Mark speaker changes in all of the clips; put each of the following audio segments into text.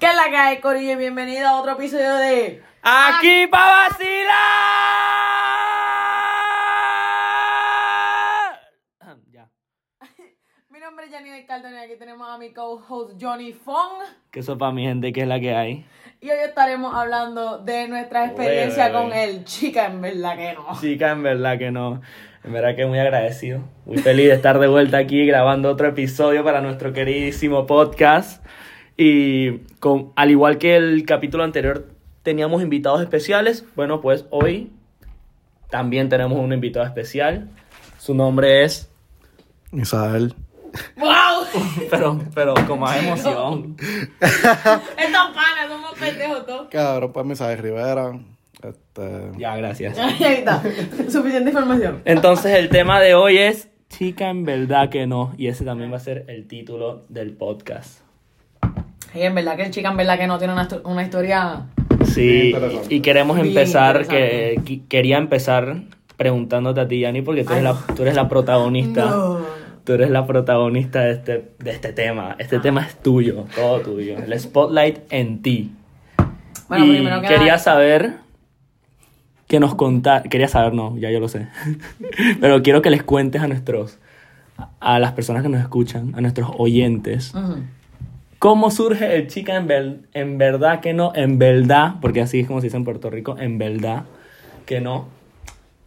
Speaker 1: la que hay, Corillo? Y bienvenido a otro episodio de...
Speaker 2: ¡Aquí para vacilar! ya.
Speaker 1: Mi nombre es Janine Caldón y aquí tenemos a mi co-host Johnny Fong.
Speaker 2: Que eso para mi gente que es la que hay.
Speaker 1: Y hoy estaremos hablando de nuestra experiencia con el chica, en verdad que no.
Speaker 2: Chica, en verdad que no. En verdad que muy agradecido. Muy feliz de estar de vuelta aquí grabando otro episodio para nuestro queridísimo podcast. Y con, al igual que el capítulo anterior teníamos invitados especiales, bueno, pues hoy también tenemos un invitado especial. Su nombre es...
Speaker 3: Isabel.
Speaker 1: ¡Wow!
Speaker 2: Pero, pero con más emoción.
Speaker 1: Estos panas somos pendejos todos.
Speaker 3: Cabrón, pues Misael Rivera. Este.
Speaker 2: Ya, gracias.
Speaker 1: Ahí está. Suficiente información.
Speaker 2: Entonces el tema de hoy es Chica en verdad que no. Y ese también va a ser el título del podcast.
Speaker 1: Y en verdad que el chica, en verdad que no tiene una, histo- una historia...
Speaker 2: Sí,
Speaker 3: interesante.
Speaker 2: y queremos
Speaker 1: Bien
Speaker 2: empezar, que, qui- quería empezar preguntándote a ti, Yanni, porque tú eres, la, tú eres la protagonista. Tú eres la protagonista de este, de este tema.
Speaker 1: Ah.
Speaker 2: Este tema es tuyo, todo tuyo. El spotlight en ti.
Speaker 1: Bueno,
Speaker 2: y
Speaker 1: primero que
Speaker 2: quería
Speaker 1: nada-
Speaker 2: saber que nos contar, quería saber, no, ya yo lo sé, pero quiero que les cuentes a nuestros, a las personas que nos escuchan, a nuestros oyentes,
Speaker 1: Ujú.
Speaker 2: cómo surge el chica en, vel- en verdad que no, en verdad, porque así es como se dice en Puerto Rico, en verdad que no,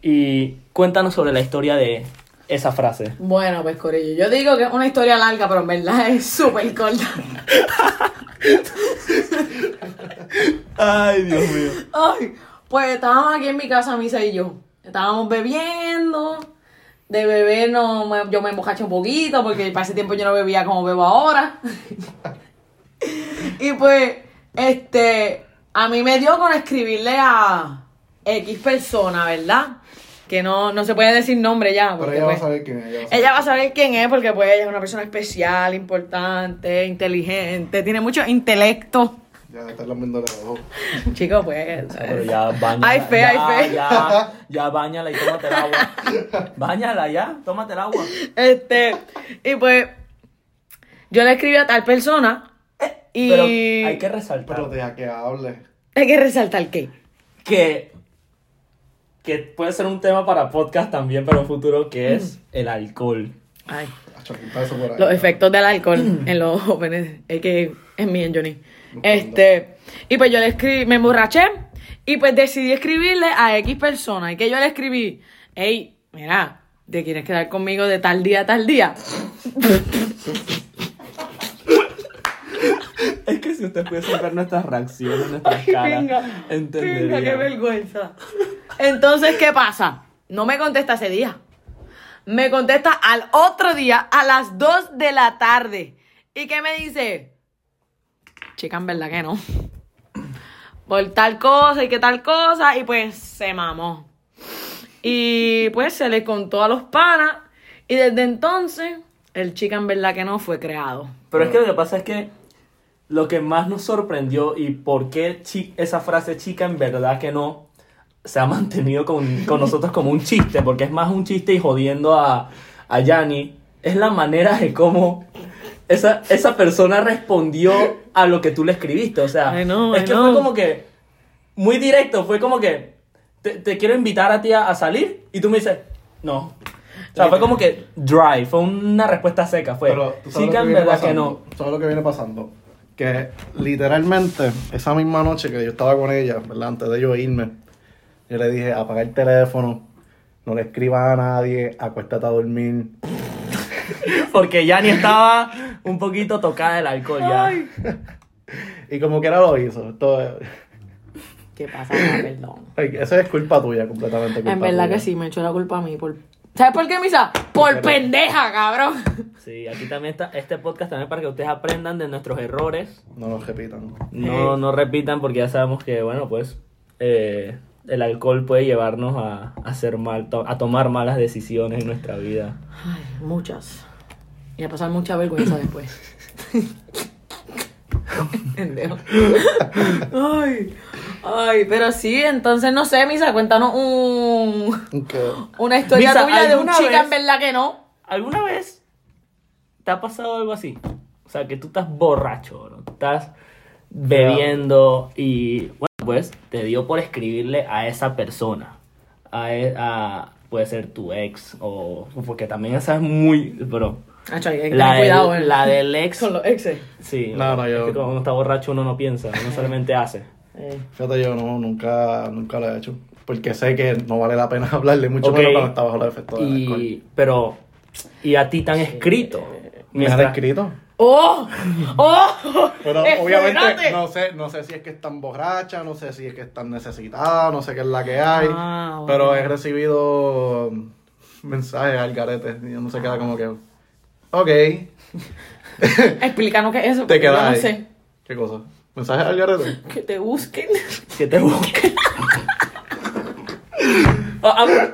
Speaker 2: y cuéntanos sobre la historia de esa frase.
Speaker 1: Bueno, pues Corillo, yo digo que es una historia larga, pero en verdad es súper corta.
Speaker 2: Ay, Dios mío.
Speaker 1: Ay, pues estábamos aquí en mi casa, Misa y yo. Estábamos bebiendo. De beber no, me- yo me emborraché un poquito porque para ese tiempo yo no bebía como bebo ahora. y pues, este, a mí me dio con escribirle a X persona, ¿verdad? Que no, no se puede decir nombre ya.
Speaker 3: Pero
Speaker 1: porque,
Speaker 3: ella va a
Speaker 1: pues,
Speaker 3: saber quién es. Ella va a saber.
Speaker 1: ella va a saber quién es porque pues ella es una persona especial, importante, inteligente, tiene mucho intelecto.
Speaker 3: Ya le está lamiendo los ojos.
Speaker 1: Chicos, pues...
Speaker 2: Pero ya bañala.
Speaker 1: Ay, fe,
Speaker 2: ya,
Speaker 1: ay, fe.
Speaker 2: Ya, ya bañala y tómate el agua. Báñala ya, tómate el agua.
Speaker 1: Este, y pues, yo le escribí a tal persona y
Speaker 2: Pero hay que resaltar
Speaker 3: Pero deja que hable.
Speaker 1: hay que resaltar que
Speaker 2: que, que puede ser un tema para podcast también para un futuro, que es
Speaker 1: Mm.
Speaker 2: el alcohol.
Speaker 1: ay,
Speaker 3: A choquita eso por ahí.
Speaker 1: los efectos del alcohol
Speaker 2: Mm.
Speaker 1: en los jóvenes, es que en mí, en Johnny. Este, y pues yo le escribí, me emborraché y pues decidí escribirle a X persona y que yo le escribí, hey, mira, ¿te quieres quedar conmigo de tal día a tal día?
Speaker 2: Es que si ustedes pudiesen ver nuestras reacciones, nuestras
Speaker 1: Ay,
Speaker 2: caras,
Speaker 1: venga,
Speaker 2: entenderían.
Speaker 1: venga, qué vergüenza. Entonces, ¿qué pasa? No me contesta ese día. Me contesta al otro día a las 2 de la tarde. ¿Y qué me dice? Chica, en verdad que no. Por tal cosa y que tal cosa. Y pues se mamó. Y pues se le contó a los panas. Y desde entonces, el chica en verdad que no fue creado.
Speaker 2: Pero
Speaker 1: Ah.
Speaker 2: es que lo que pasa es que lo que más nos sorprendió y por qué chi- esa frase chica en verdad que no se ha mantenido con, con nosotros como un chiste, porque es más un chiste y jodiendo a, a Yanni, es la manera de cómo esa, esa persona respondió a lo que tú le escribiste. O sea,
Speaker 1: I know,
Speaker 2: es
Speaker 1: I
Speaker 2: que
Speaker 1: know.
Speaker 2: fue como que muy directo, fue como que te, te quiero invitar a ti a, a salir y tú me dices, no. O sea, fue como que dry, fue una respuesta seca, fue
Speaker 3: Pero tú sabes
Speaker 2: chica
Speaker 3: lo
Speaker 2: en
Speaker 3: que viene
Speaker 2: verdad que no.
Speaker 3: pasando. Sabes lo que viene pasando. Que literalmente, esa misma noche que yo estaba con ella, ¿verdad? Antes de yo irme, yo le dije: apaga el teléfono, no le escribas a nadie, acuéstate a dormir.
Speaker 2: Porque ya ni estaba un poquito tocada del alcohol ya.
Speaker 3: Y como quiera lo hizo. Todo-
Speaker 1: ¿Qué pasa? Ah, Perdón.
Speaker 3: Ay, Eso es culpa tuya, completamente culpa
Speaker 1: En verdad
Speaker 3: tuya.
Speaker 1: que sí, me echó la culpa a mí por... ¿Sabes por qué, Misa? Por pendeja, cabrón.
Speaker 2: Sí, aquí también está este podcast también para que ustedes aprendan de nuestros errores.
Speaker 3: No lo repitan.
Speaker 2: No, no repitan porque ya sabemos que, bueno, pues eh, el alcohol puede llevarnos a, a hacer mal, to- a tomar malas decisiones en nuestra vida.
Speaker 1: Ay, muchas. Y a pasar mucha vergüenza después. Pendejo. ay, ay, pero sí, entonces no sé, Misa, cuéntanos un,
Speaker 3: Que-
Speaker 1: una historia
Speaker 2: Misa,
Speaker 1: tuya de un
Speaker 2: ¿alguna
Speaker 1: chica
Speaker 2: vez-
Speaker 1: en verdad que no.
Speaker 2: ¿Alguna vez te ha pasado algo así? O sea, que tú estás borracho, ¿no? Estás, bebiendo y bueno, pues te dio por escribirle a esa persona. A, e- a- puede ser tu ex o porque también esa es muy, bro.
Speaker 1: Acho, hay que tener
Speaker 2: La, del-
Speaker 1: cuidado, eh,
Speaker 2: la del ex.
Speaker 1: Con los exes.
Speaker 2: Sí,
Speaker 3: No, no,
Speaker 2: es
Speaker 3: yo-
Speaker 2: que cuando uno está borracho uno no piensa, uno solamente hace.
Speaker 1: Eh,
Speaker 3: Fíjate, yo no, nunca, nunca lo he hecho. Porque sé que no vale la pena hablarle mucho
Speaker 2: Ok.
Speaker 3: menos cuando está bajo los efectos del alcohol.
Speaker 2: Y, pero, y a ti tan escrito.
Speaker 3: ¿Me has
Speaker 2: Mientras-
Speaker 3: escrito?
Speaker 1: ¡Oh! ¡Oh!
Speaker 3: Pero
Speaker 1: Espérate.
Speaker 3: obviamente no sé, no sé si es que están borrachas, no sé si es que están necesitadas, no sé qué es la que hay.
Speaker 1: Ah,
Speaker 3: Pero
Speaker 1: bueno.
Speaker 3: he recibido mensajes al garete y uno se queda como que, ok,
Speaker 1: Explícanos qué es eso. porque
Speaker 3: te
Speaker 1: yo
Speaker 3: quedas
Speaker 1: no
Speaker 3: ahí.
Speaker 1: sé.
Speaker 3: ¿Qué cosa? ¿Mensajes al garete?
Speaker 1: Que te busquen.
Speaker 2: que te busque. a,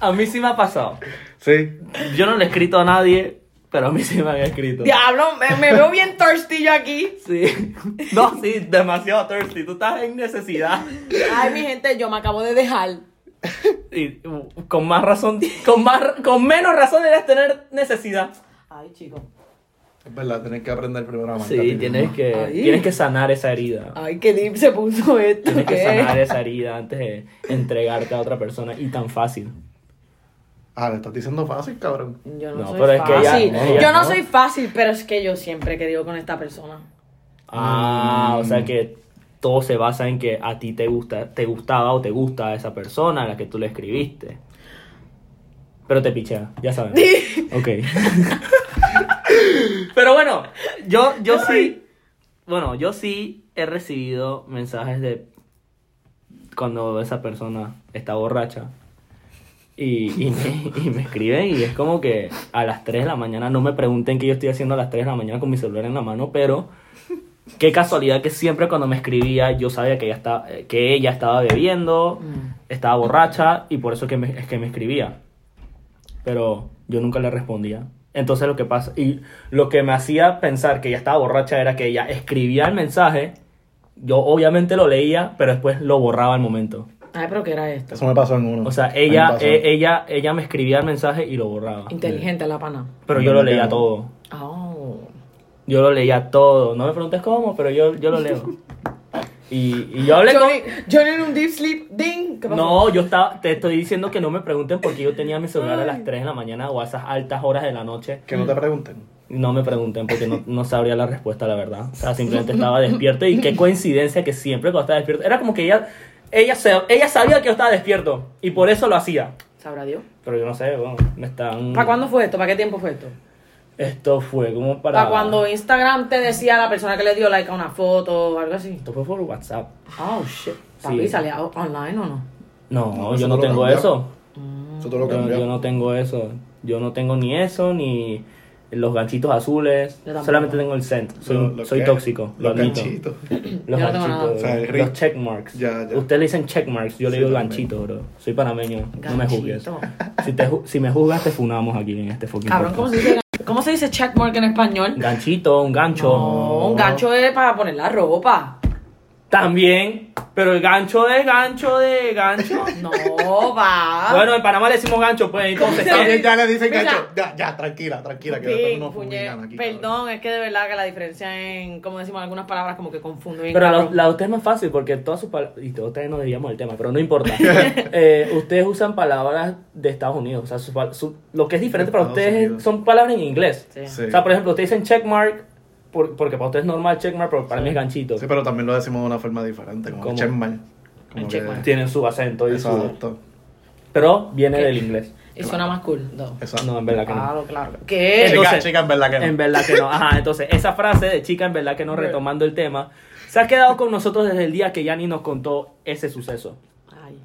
Speaker 2: a mí sí me ha pasado.
Speaker 3: Sí.
Speaker 2: Yo no le he escrito a nadie, pero a mí sí me han escrito.
Speaker 1: Diablo, me, me veo bien thirsty yo aquí.
Speaker 2: Sí. No, sí, demasiado thirsty. Tú estás en necesidad.
Speaker 1: Ay, mi gente, yo me acabo de dejar.
Speaker 2: Y uh, con más razón, con, más, con menos razón debes tener necesidad.
Speaker 1: Ay, chico.
Speaker 3: Es verdad, tienes que aprender primero a amarte a ti
Speaker 2: Sí,
Speaker 3: mismo.
Speaker 2: tienes que,
Speaker 1: Ahí.
Speaker 2: tienes que sanar esa herida.
Speaker 1: Ay, qué deep se puso esto.
Speaker 2: Tienes que
Speaker 1: ¿qué?
Speaker 2: sanar esa herida antes de entregarte a otra persona y tan fácil.
Speaker 3: Ah, le estás diciendo fácil, cabrón.
Speaker 1: Yo no,
Speaker 2: No,
Speaker 1: soy
Speaker 2: pero es que
Speaker 1: fácil.
Speaker 2: ella- ella
Speaker 1: yo no,
Speaker 2: no.
Speaker 1: soy fácil, pero es que yo siempre he querido con esta persona.
Speaker 2: Ah, o sea que todo se basa en que a ti te gusta, te gustaba o te gusta esa persona a la que tú le escribiste. Pero te pichea, ya sabes. ok. Pero bueno, yo, yo sí. Bueno, yo sí he recibido mensajes de cuando esa persona está borracha. Y, y me, y me escriben y es como que a las 3 de la mañana, no me pregunten qué yo estoy haciendo a las 3 de la mañana con mi celular en la mano, pero qué casualidad que siempre cuando me escribía yo sabía que ella, estaba, que ella estaba bebiendo, estaba borracha y por eso que me- es que me escribía. Pero yo nunca le respondía. Entonces lo que pasa, y lo que me hacía pensar que ella estaba borracha era que ella escribía el mensaje, yo obviamente lo leía, pero después lo borraba al momento.
Speaker 1: Ay, pero ¿qué era esto?
Speaker 3: Eso me pasó en uno.
Speaker 2: O sea,
Speaker 3: A mí
Speaker 2: ella,
Speaker 3: me pasó.
Speaker 2: e- ella, ella me escribía el mensaje y lo
Speaker 1: Ah,
Speaker 2: borraba.
Speaker 1: Inteligente la pana.
Speaker 2: Pero yo lo leía todo.
Speaker 1: Oh.
Speaker 2: Yo lo leía todo. No me preguntes cómo, pero yo, yo lo leo. Y, y yo hablé con...
Speaker 1: Johnny, Johnny en un deep sleep. Ding. ¿Qué pasó?
Speaker 2: No, yo estaba, te estoy diciendo que no me pregunten porque yo tenía mi celular a las 3 de la mañana o a esas altas horas de la noche.
Speaker 3: Que no te pregunten.
Speaker 2: No me pregunten porque no, no sabría la respuesta, la verdad. O sea, simplemente estaba despierto y qué coincidencia que siempre cuando estaba despierto. Era como que ella, ella, se- ella sabía que yo estaba despierto y por eso lo hacía.
Speaker 1: Sabrá Dios.
Speaker 2: Pero yo no sé, bueno, me están...
Speaker 1: ¿Para cuándo fue esto? ¿Para qué tiempo fue esto?
Speaker 2: Esto fue como para...
Speaker 1: Para, cuando Instagram te decía a la persona que le dio like a una foto o algo así.
Speaker 2: Esto fue por WhatsApp.
Speaker 1: Oh, shit.
Speaker 2: Sí.
Speaker 1: Papi, ¿sale o- online o no?
Speaker 2: No,
Speaker 3: No,
Speaker 2: yo
Speaker 3: eso
Speaker 2: no
Speaker 3: no lo
Speaker 2: tengo
Speaker 3: cambiamos.
Speaker 2: eso.
Speaker 3: Eso todo lo
Speaker 2: Yo,
Speaker 3: cambió.
Speaker 2: yo no tengo eso. Yo no tengo ni eso, ni los ganchitos azules.
Speaker 1: Yo tampoco.
Speaker 2: Solamente tengo el scent. Soy,
Speaker 3: Lo- lo
Speaker 2: soy
Speaker 3: que-
Speaker 2: tóxico, lo
Speaker 3: Los
Speaker 2: admito.
Speaker 3: ganchitos.
Speaker 2: Los
Speaker 1: Yo no tengo
Speaker 2: ganchitos,
Speaker 1: nada.
Speaker 2: bro.
Speaker 3: O sea, el
Speaker 2: los
Speaker 3: ring.
Speaker 2: checkmarks.
Speaker 3: Ya, ya.
Speaker 2: Ustedes le dicen checkmarks, yo le
Speaker 3: Sí,
Speaker 2: digo
Speaker 3: también.
Speaker 2: ganchitos, bro. Soy panameño, no me juzgues.
Speaker 1: Ganchito.
Speaker 2: Si, te ju- si me juzgas, te funamos aquí en este fucking
Speaker 1: Cabrón, ¿cómo
Speaker 2: podcast.
Speaker 1: se dice, ¿cómo se dice checkmark en español?
Speaker 2: Ganchito, un gancho.
Speaker 1: No, un gancho es para poner la ropa.
Speaker 2: También, pero el gancho de gancho de gancho.
Speaker 1: No, va.
Speaker 2: Bueno, en Panamá le decimos gancho, pues entonces.
Speaker 1: Ah. ¿Cómo se
Speaker 2: ¿qué?
Speaker 1: dice?
Speaker 3: También ya le dicen
Speaker 1: Mira.
Speaker 3: gancho. Ya, ya, tranquila, tranquila, que
Speaker 1: Sí,
Speaker 3: después nos
Speaker 1: puñe-
Speaker 3: fumigan aquí. cabrón.
Speaker 1: Perdón, es que de verdad que la diferencia en, como decimos algunas palabras, como que confundo bien.
Speaker 2: Pero la,
Speaker 1: cabrón.
Speaker 2: la de ustedes es más fácil porque todas sus palabras. Y todos ustedes nos debíamos el tema, pero no importa. Eh, ustedes usan palabras de Estados Unidos. O sea, su pal- su- lo que es diferente
Speaker 3: De
Speaker 2: para
Speaker 3: Estados
Speaker 2: ustedes es-
Speaker 3: Unidos.
Speaker 2: son palabras en inglés.
Speaker 1: Sí.
Speaker 3: Sí.
Speaker 2: O sea, por ejemplo, ustedes dicen checkmark, por- porque para ustedes es normal checkmark, pero para mí es ganchito.
Speaker 3: Sí, pero también lo decimos de una forma diferente, como
Speaker 2: ¿Cómo?
Speaker 3: Chenman. Como
Speaker 1: Un
Speaker 3: que-
Speaker 1: checkmark.
Speaker 2: Tienen su acento y su.
Speaker 3: Exacto.
Speaker 2: Pero viene
Speaker 1: ¿Qué?
Speaker 2: del inglés.
Speaker 1: Y suena más cool, no.
Speaker 3: Exacto.
Speaker 2: No, en verdad que no.
Speaker 1: Claro, claro. ¿Qué?
Speaker 2: Entonces-
Speaker 3: Chica, chica, en verdad que no.
Speaker 2: Ah, En verdad que no. Ajá, entonces esa frase de chica, en verdad que no, retomando el tema, se ha quedado con nosotros desde el día que Yanni nos contó ese suceso.
Speaker 1: Ay.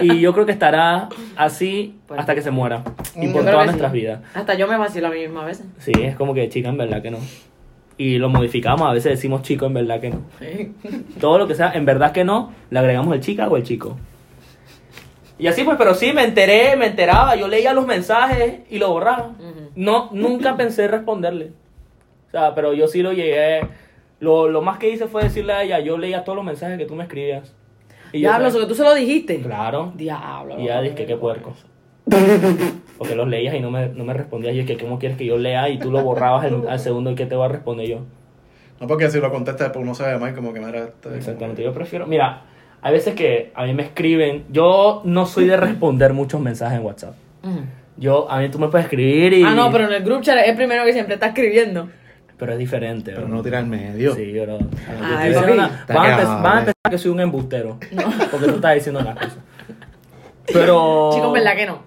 Speaker 2: Y yo creo que estará así
Speaker 1: Por
Speaker 2: hasta
Speaker 1: aquí.
Speaker 2: que se muera. Y
Speaker 3: Mm,
Speaker 1: Yo
Speaker 2: por
Speaker 1: creo
Speaker 2: todas
Speaker 1: que
Speaker 2: nuestras
Speaker 1: sí.
Speaker 2: vidas.
Speaker 1: Hasta yo me vacilo a mí misma a veces.
Speaker 2: Sí, es como que chica en verdad que no. Y lo modificamos, a veces decimos chico en verdad que no. Todo lo que sea en verdad que no, le agregamos el chica o el chico. Y así pues, pero sí, me enteré, me enteraba, yo leía los mensajes y lo borraba.
Speaker 1: Ujú.
Speaker 2: No, nunca pensé responderle. O sea, pero yo sí lo llegué. Lo, lo más que hice fue decirle a ella, yo leía todos los mensajes que tú me escribías. Y yo,
Speaker 1: Diablo,
Speaker 2: ¿sabes?
Speaker 1: eso que tú se lo dijiste.
Speaker 2: Claro.
Speaker 1: Diablo.
Speaker 2: Y ya
Speaker 1: loco,
Speaker 2: dije,
Speaker 1: qué
Speaker 2: qué puerco. Porque los leías y no me, no me respondías. Y es que, ¿cómo quieres que yo lea? Y tú lo borrabas el- al segundo. ¿Y qué te voy a responder yo?
Speaker 3: No porque si lo contestas después uno se ve mal, como que mira este.
Speaker 2: Exactamente, yo prefiero. Mira, hay veces que a mí me escriben. Yo no soy de responder muchos mensajes en WhatsApp.
Speaker 1: Ujú.
Speaker 2: Yo, a mí tú me puedes escribir y.
Speaker 1: Ah, no, pero en el group chat es el primero que siempre está escribiendo.
Speaker 2: Pero es diferente,
Speaker 3: Pero
Speaker 2: bro.
Speaker 3: no tirar al medio.
Speaker 2: Sí, yo no.
Speaker 1: Ay,
Speaker 2: Yo estoy diciendo
Speaker 1: papi.
Speaker 2: una- van, a
Speaker 3: Está
Speaker 2: pensar,
Speaker 3: eh.
Speaker 2: van a
Speaker 3: cabrón.
Speaker 2: pensar que soy un embustero. Porque tú estás diciendo las cosas. Pero.
Speaker 1: Chicos, ¿verdad que no?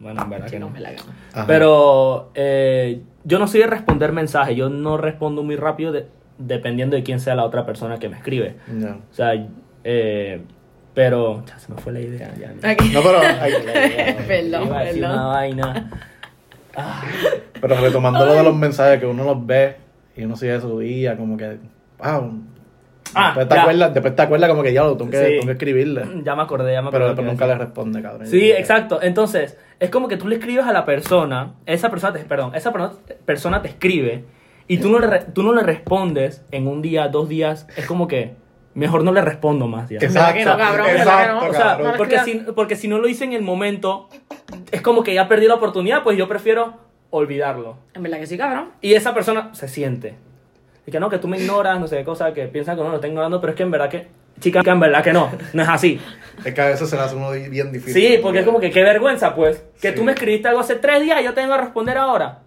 Speaker 2: Bueno, en verdad que
Speaker 1: Chicos,
Speaker 2: no.
Speaker 1: ¿verdad que no?
Speaker 3: Ajá.
Speaker 2: Pero eh, yo no soy de responder mensajes. Yo no respondo muy rápido de- dependiendo de quién sea la otra persona que me escribe.
Speaker 3: No.
Speaker 2: O sea, eh, pero. Ya se me fue la idea. Ya,
Speaker 1: Aquí.
Speaker 3: No, pero, ay,
Speaker 1: Perdón,
Speaker 2: Iba a decir
Speaker 1: perdón.
Speaker 2: una vaina. Ah,
Speaker 3: pero retomando lo de los mensajes que uno los ve y uno sigue su día, como que. ¡Wow!
Speaker 2: Ah,
Speaker 3: después, te
Speaker 2: ya.
Speaker 3: acuerdas, después te acuerdas como que ya lo tengo que,
Speaker 2: Sí.
Speaker 3: tengo que escribirle.
Speaker 2: ya me acordé, ya me
Speaker 3: Pero
Speaker 2: acordé.
Speaker 3: después
Speaker 2: que
Speaker 3: nunca
Speaker 2: iba
Speaker 3: le
Speaker 2: a decir.
Speaker 3: responde, cabrón.
Speaker 2: Sí, exacto. Entonces, es como que tú le escribes a la persona, esa persona te, perdón, esa perno- persona te escribe y tú no, le, re- tú no le respondes en un día, dos días, es como que mejor no le respondo más. Ya.
Speaker 1: ¿Verdad que no, cabrón? ¿Verdad que
Speaker 3: Exacto,
Speaker 1: no?
Speaker 2: O sea,
Speaker 3: cabrón.
Speaker 2: porque si, porque si no lo hice en el momento, es como que ya perdí la oportunidad, pues yo prefiero olvidarlo.
Speaker 1: En verdad que sí, cabrón.
Speaker 2: Y esa persona se siente. Y que no, que tú me ignoras, no sé qué cosa, que piensa que uno lo está ignorando, pero es que en verdad que, chica, que en verdad que no, no es así.
Speaker 3: Es que a veces se le hace uno bien difícil.
Speaker 2: Sí, porque es como que qué vergüenza, pues. Que
Speaker 3: Sí.
Speaker 2: tú me escribiste algo hace tres días y yo tengo que responder ahora.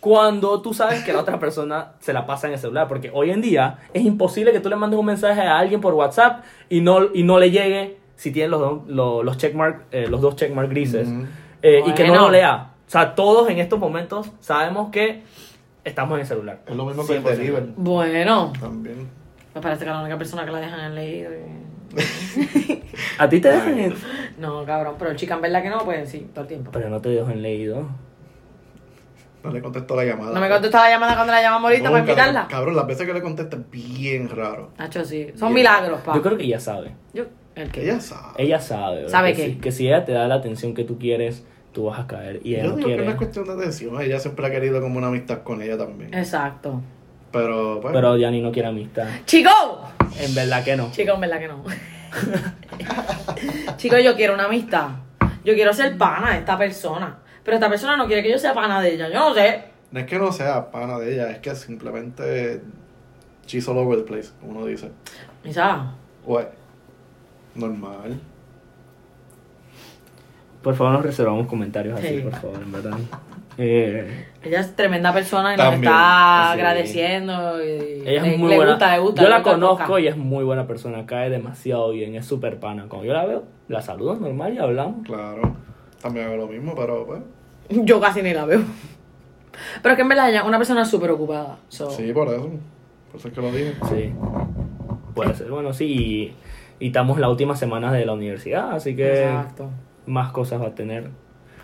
Speaker 2: Cuando tú sabes que la otra persona se la pasa en el celular. Porque hoy en día es imposible que tú le mandes un mensaje a alguien por WhatsApp y no, y no le llegue si tiene los, do- lo- los, checkmark, eh, los dos checkmark grises.
Speaker 3: Ujú.
Speaker 2: Eh, Y que no
Speaker 1: Bueno.
Speaker 2: lo lea. O sea, todos en estos momentos sabemos que estamos en el celular.
Speaker 3: Es lo mismo que el
Speaker 2: 100%.
Speaker 3: delivery.
Speaker 1: Bueno, pues
Speaker 3: También.
Speaker 1: me parece que la única persona que la dejan en leído. y-
Speaker 2: A ti te dejan en...
Speaker 1: No, cabrón, pero el chica, en verdad que no, pues sí, todo el tiempo.
Speaker 2: Pero no te dejo en leído.
Speaker 3: No le contestó la llamada.
Speaker 1: No me contestó la llamada cuando la llamamos ahorita para
Speaker 3: Nunca,
Speaker 1: invitarla.
Speaker 3: Cabrón, las veces que le contesta es bien raro.
Speaker 1: Nacho, sí. Son
Speaker 3: Bien.
Speaker 1: milagros, pa.
Speaker 2: Yo creo que ella sabe.
Speaker 1: Yo- ¿El qué?
Speaker 3: Ella sabe.
Speaker 2: Ella sabe. ¿verdad?
Speaker 1: ¿Sabe
Speaker 2: que
Speaker 1: qué?
Speaker 2: Si, que si ella te da la atención que tú quieres, tú vas a caer. Y ella
Speaker 3: Yo
Speaker 2: no
Speaker 3: digo que
Speaker 2: quiere.
Speaker 3: no es cuestión de atención. Ella siempre ha querido como una amistad con ella también.
Speaker 1: Exacto.
Speaker 3: Pero, pues, bueno.
Speaker 2: Eh. Pero Yanni no quiere amistad.
Speaker 1: ¡Chico!
Speaker 2: En verdad que no.
Speaker 1: Chico, en verdad que no. Chico, yo quiero una amistad. Yo quiero ser pana de esta persona. Pero esta persona no quiere que yo sea pana de ella. Yo no sé.
Speaker 3: No es que no sea pana de ella, es que simplemente she's all over the place, como uno dice.
Speaker 1: Quizá.
Speaker 3: Güey, normal.
Speaker 2: Por favor, nos reservamos comentarios así,
Speaker 1: Sí.
Speaker 2: por favor, en verdad. Eh,
Speaker 1: Ella es tremenda persona y
Speaker 3: También,
Speaker 1: nos está
Speaker 2: sí.
Speaker 1: agradeciendo. Y
Speaker 2: ella
Speaker 1: le,
Speaker 2: es muy
Speaker 1: le
Speaker 2: buena.
Speaker 1: gusta, le gusta.
Speaker 2: yo
Speaker 1: le
Speaker 2: la
Speaker 1: gusta el
Speaker 2: conozco
Speaker 1: podcast.
Speaker 2: y es muy buena persona. Cae demasiado bien, es súper pana. Cuando yo la veo, la saludo normal y hablamos.
Speaker 3: Claro. También hago lo mismo, pero pues.
Speaker 1: Yo casi ni la veo. Pero es que en verdad ella es una persona súper ocupada. so.
Speaker 3: Sí, por eso. Por eso es que lo dije.
Speaker 2: Sí. Puede ser. Bueno, sí. Y, y estamos en las últimas semanas de la universidad, así que
Speaker 1: Exacto.
Speaker 2: más cosas va a tener.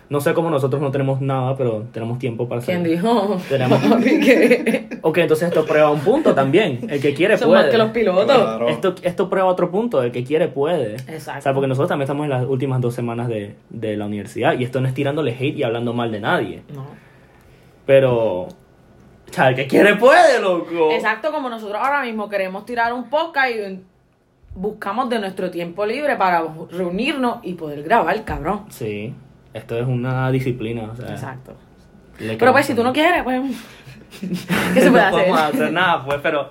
Speaker 2: No sé cómo nosotros no tenemos nada, pero tenemos tiempo para
Speaker 1: ¿Quién
Speaker 2: salir.
Speaker 1: dijo?
Speaker 2: Tenemos-
Speaker 1: Papi, que
Speaker 2: Ok, entonces esto prueba un punto también. El que quiere
Speaker 1: son más
Speaker 2: puede.
Speaker 1: que los pilotos.
Speaker 3: Claro.
Speaker 2: Esto, esto prueba otro punto. El que quiere puede.
Speaker 1: Exacto.
Speaker 2: O sea, porque nosotros también estamos en las últimas dos semanas de, de la universidad. Y esto no es tirándole hate y hablando mal de nadie.
Speaker 1: No.
Speaker 2: Pero. O sea, el que quiere puede, loco.
Speaker 1: Exacto, como nosotros ahora mismo queremos tirar un podcast y buscamos de nuestro tiempo libre para reunirnos y poder grabar, cabrón.
Speaker 2: Sí. Esto es una disciplina. O sea,
Speaker 1: Exacto.
Speaker 2: le
Speaker 1: Pero pues
Speaker 2: queremos
Speaker 1: si tú no
Speaker 2: hacer-
Speaker 1: quieres, pues... ¿Qué se puede
Speaker 2: no podemos
Speaker 1: hacer?
Speaker 2: hacer nada, pues, pero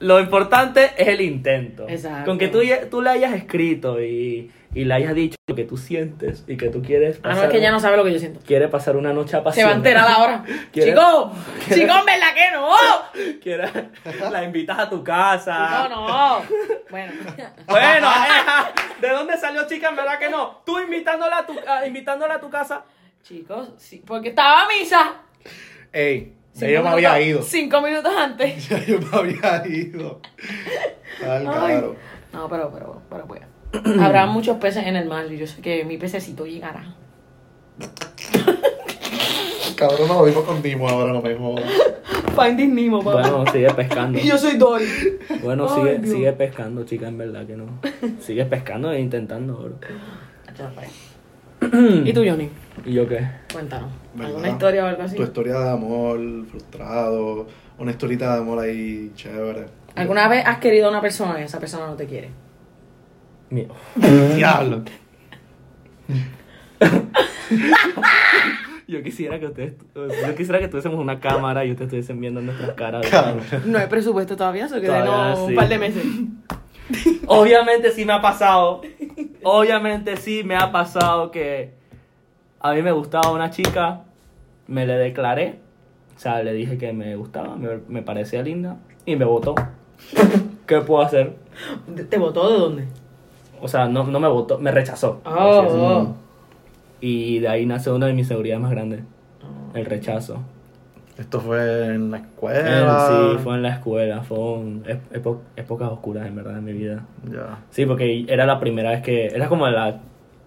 Speaker 2: lo importante es el intento.
Speaker 1: Exacto.
Speaker 2: Con que tú, ya- tú le hayas escrito y, y le hayas dicho lo que tú sientes y que tú quieres
Speaker 1: Ah,
Speaker 2: pasar,
Speaker 1: no, es que ya no sabe lo que yo siento.
Speaker 2: quiere pasar una noche
Speaker 1: Se va a
Speaker 2: apasionada.
Speaker 1: enterar ahora.
Speaker 2: ¿Quieres?
Speaker 1: Chico, chico, en ¿verdad que no?
Speaker 2: Quiere- la invitas a tu
Speaker 1: No,
Speaker 2: casa.
Speaker 1: no. Bueno.
Speaker 2: Bueno, ajá, ¿de dónde salió chica? En verdad que no. Tú invitándola a tu, a- invitándola a tu casa.
Speaker 1: Chicos, sí, porque estaba a misa.
Speaker 3: Ey, ya
Speaker 1: Cinco
Speaker 3: yo me
Speaker 1: minutos-
Speaker 3: había ido.
Speaker 1: Cinco minutos antes.
Speaker 3: Ya yo me había ido. Tal,
Speaker 1: Ay.
Speaker 3: claro.
Speaker 1: No, pero, pero, pero, pues. Habrá muchos peces en el mar y yo sé que mi pececito llegará.
Speaker 3: Cabrón, nos vimos con Dimo ahora lo mismo.
Speaker 1: Finding Nemo, papá.
Speaker 2: Bueno, sigue pescando.
Speaker 1: Y yo soy Dory.
Speaker 2: Bueno,
Speaker 1: Ay,
Speaker 2: sigue,
Speaker 1: Dios.
Speaker 2: sigue pescando, chica, en verdad que no. Sigue pescando e intentando, bro.
Speaker 1: ¿Y tú, Johnny?
Speaker 2: ¿Y yo qué?
Speaker 1: Cuéntanos.
Speaker 3: ¿Verdad?
Speaker 1: ¿Alguna historia o algo así?
Speaker 3: Tu historia de amor, frustrado. Una historita de amor ahí chévere.
Speaker 1: ¿Alguna vez has querido a una persona y esa persona no te quiere?
Speaker 2: Mi-
Speaker 3: Diablo.
Speaker 2: Yo quisiera que ustedes, yo quisiera que tuviésemos una cámara y ustedes estuviesen viendo nuestras caras.
Speaker 3: Cabrón.
Speaker 1: No hay presupuesto todavía, eso que
Speaker 2: Todavía
Speaker 1: no, un
Speaker 2: sí.
Speaker 1: par de meses.
Speaker 2: Obviamente sí me ha pasado. Obviamente sí me ha pasado que a mí me gustaba una chica, me le declaré, o sea, le dije que me gustaba, me, me parecía linda y me votó. ¿Qué puedo hacer?
Speaker 1: ¿Te votó de dónde?
Speaker 2: O sea, no, no me votó, me rechazó.
Speaker 1: Oh,
Speaker 2: Así es.
Speaker 1: oh.
Speaker 2: Y de ahí nace una de mis seguridades más grandes, el rechazo.
Speaker 3: Esto fue en la escuela.
Speaker 2: Sí, fue en la escuela, fue un- ep- epo- épocas oscuras en verdad en mi vida.
Speaker 3: Ya.
Speaker 2: Sí, porque era la primera vez que. Era como la,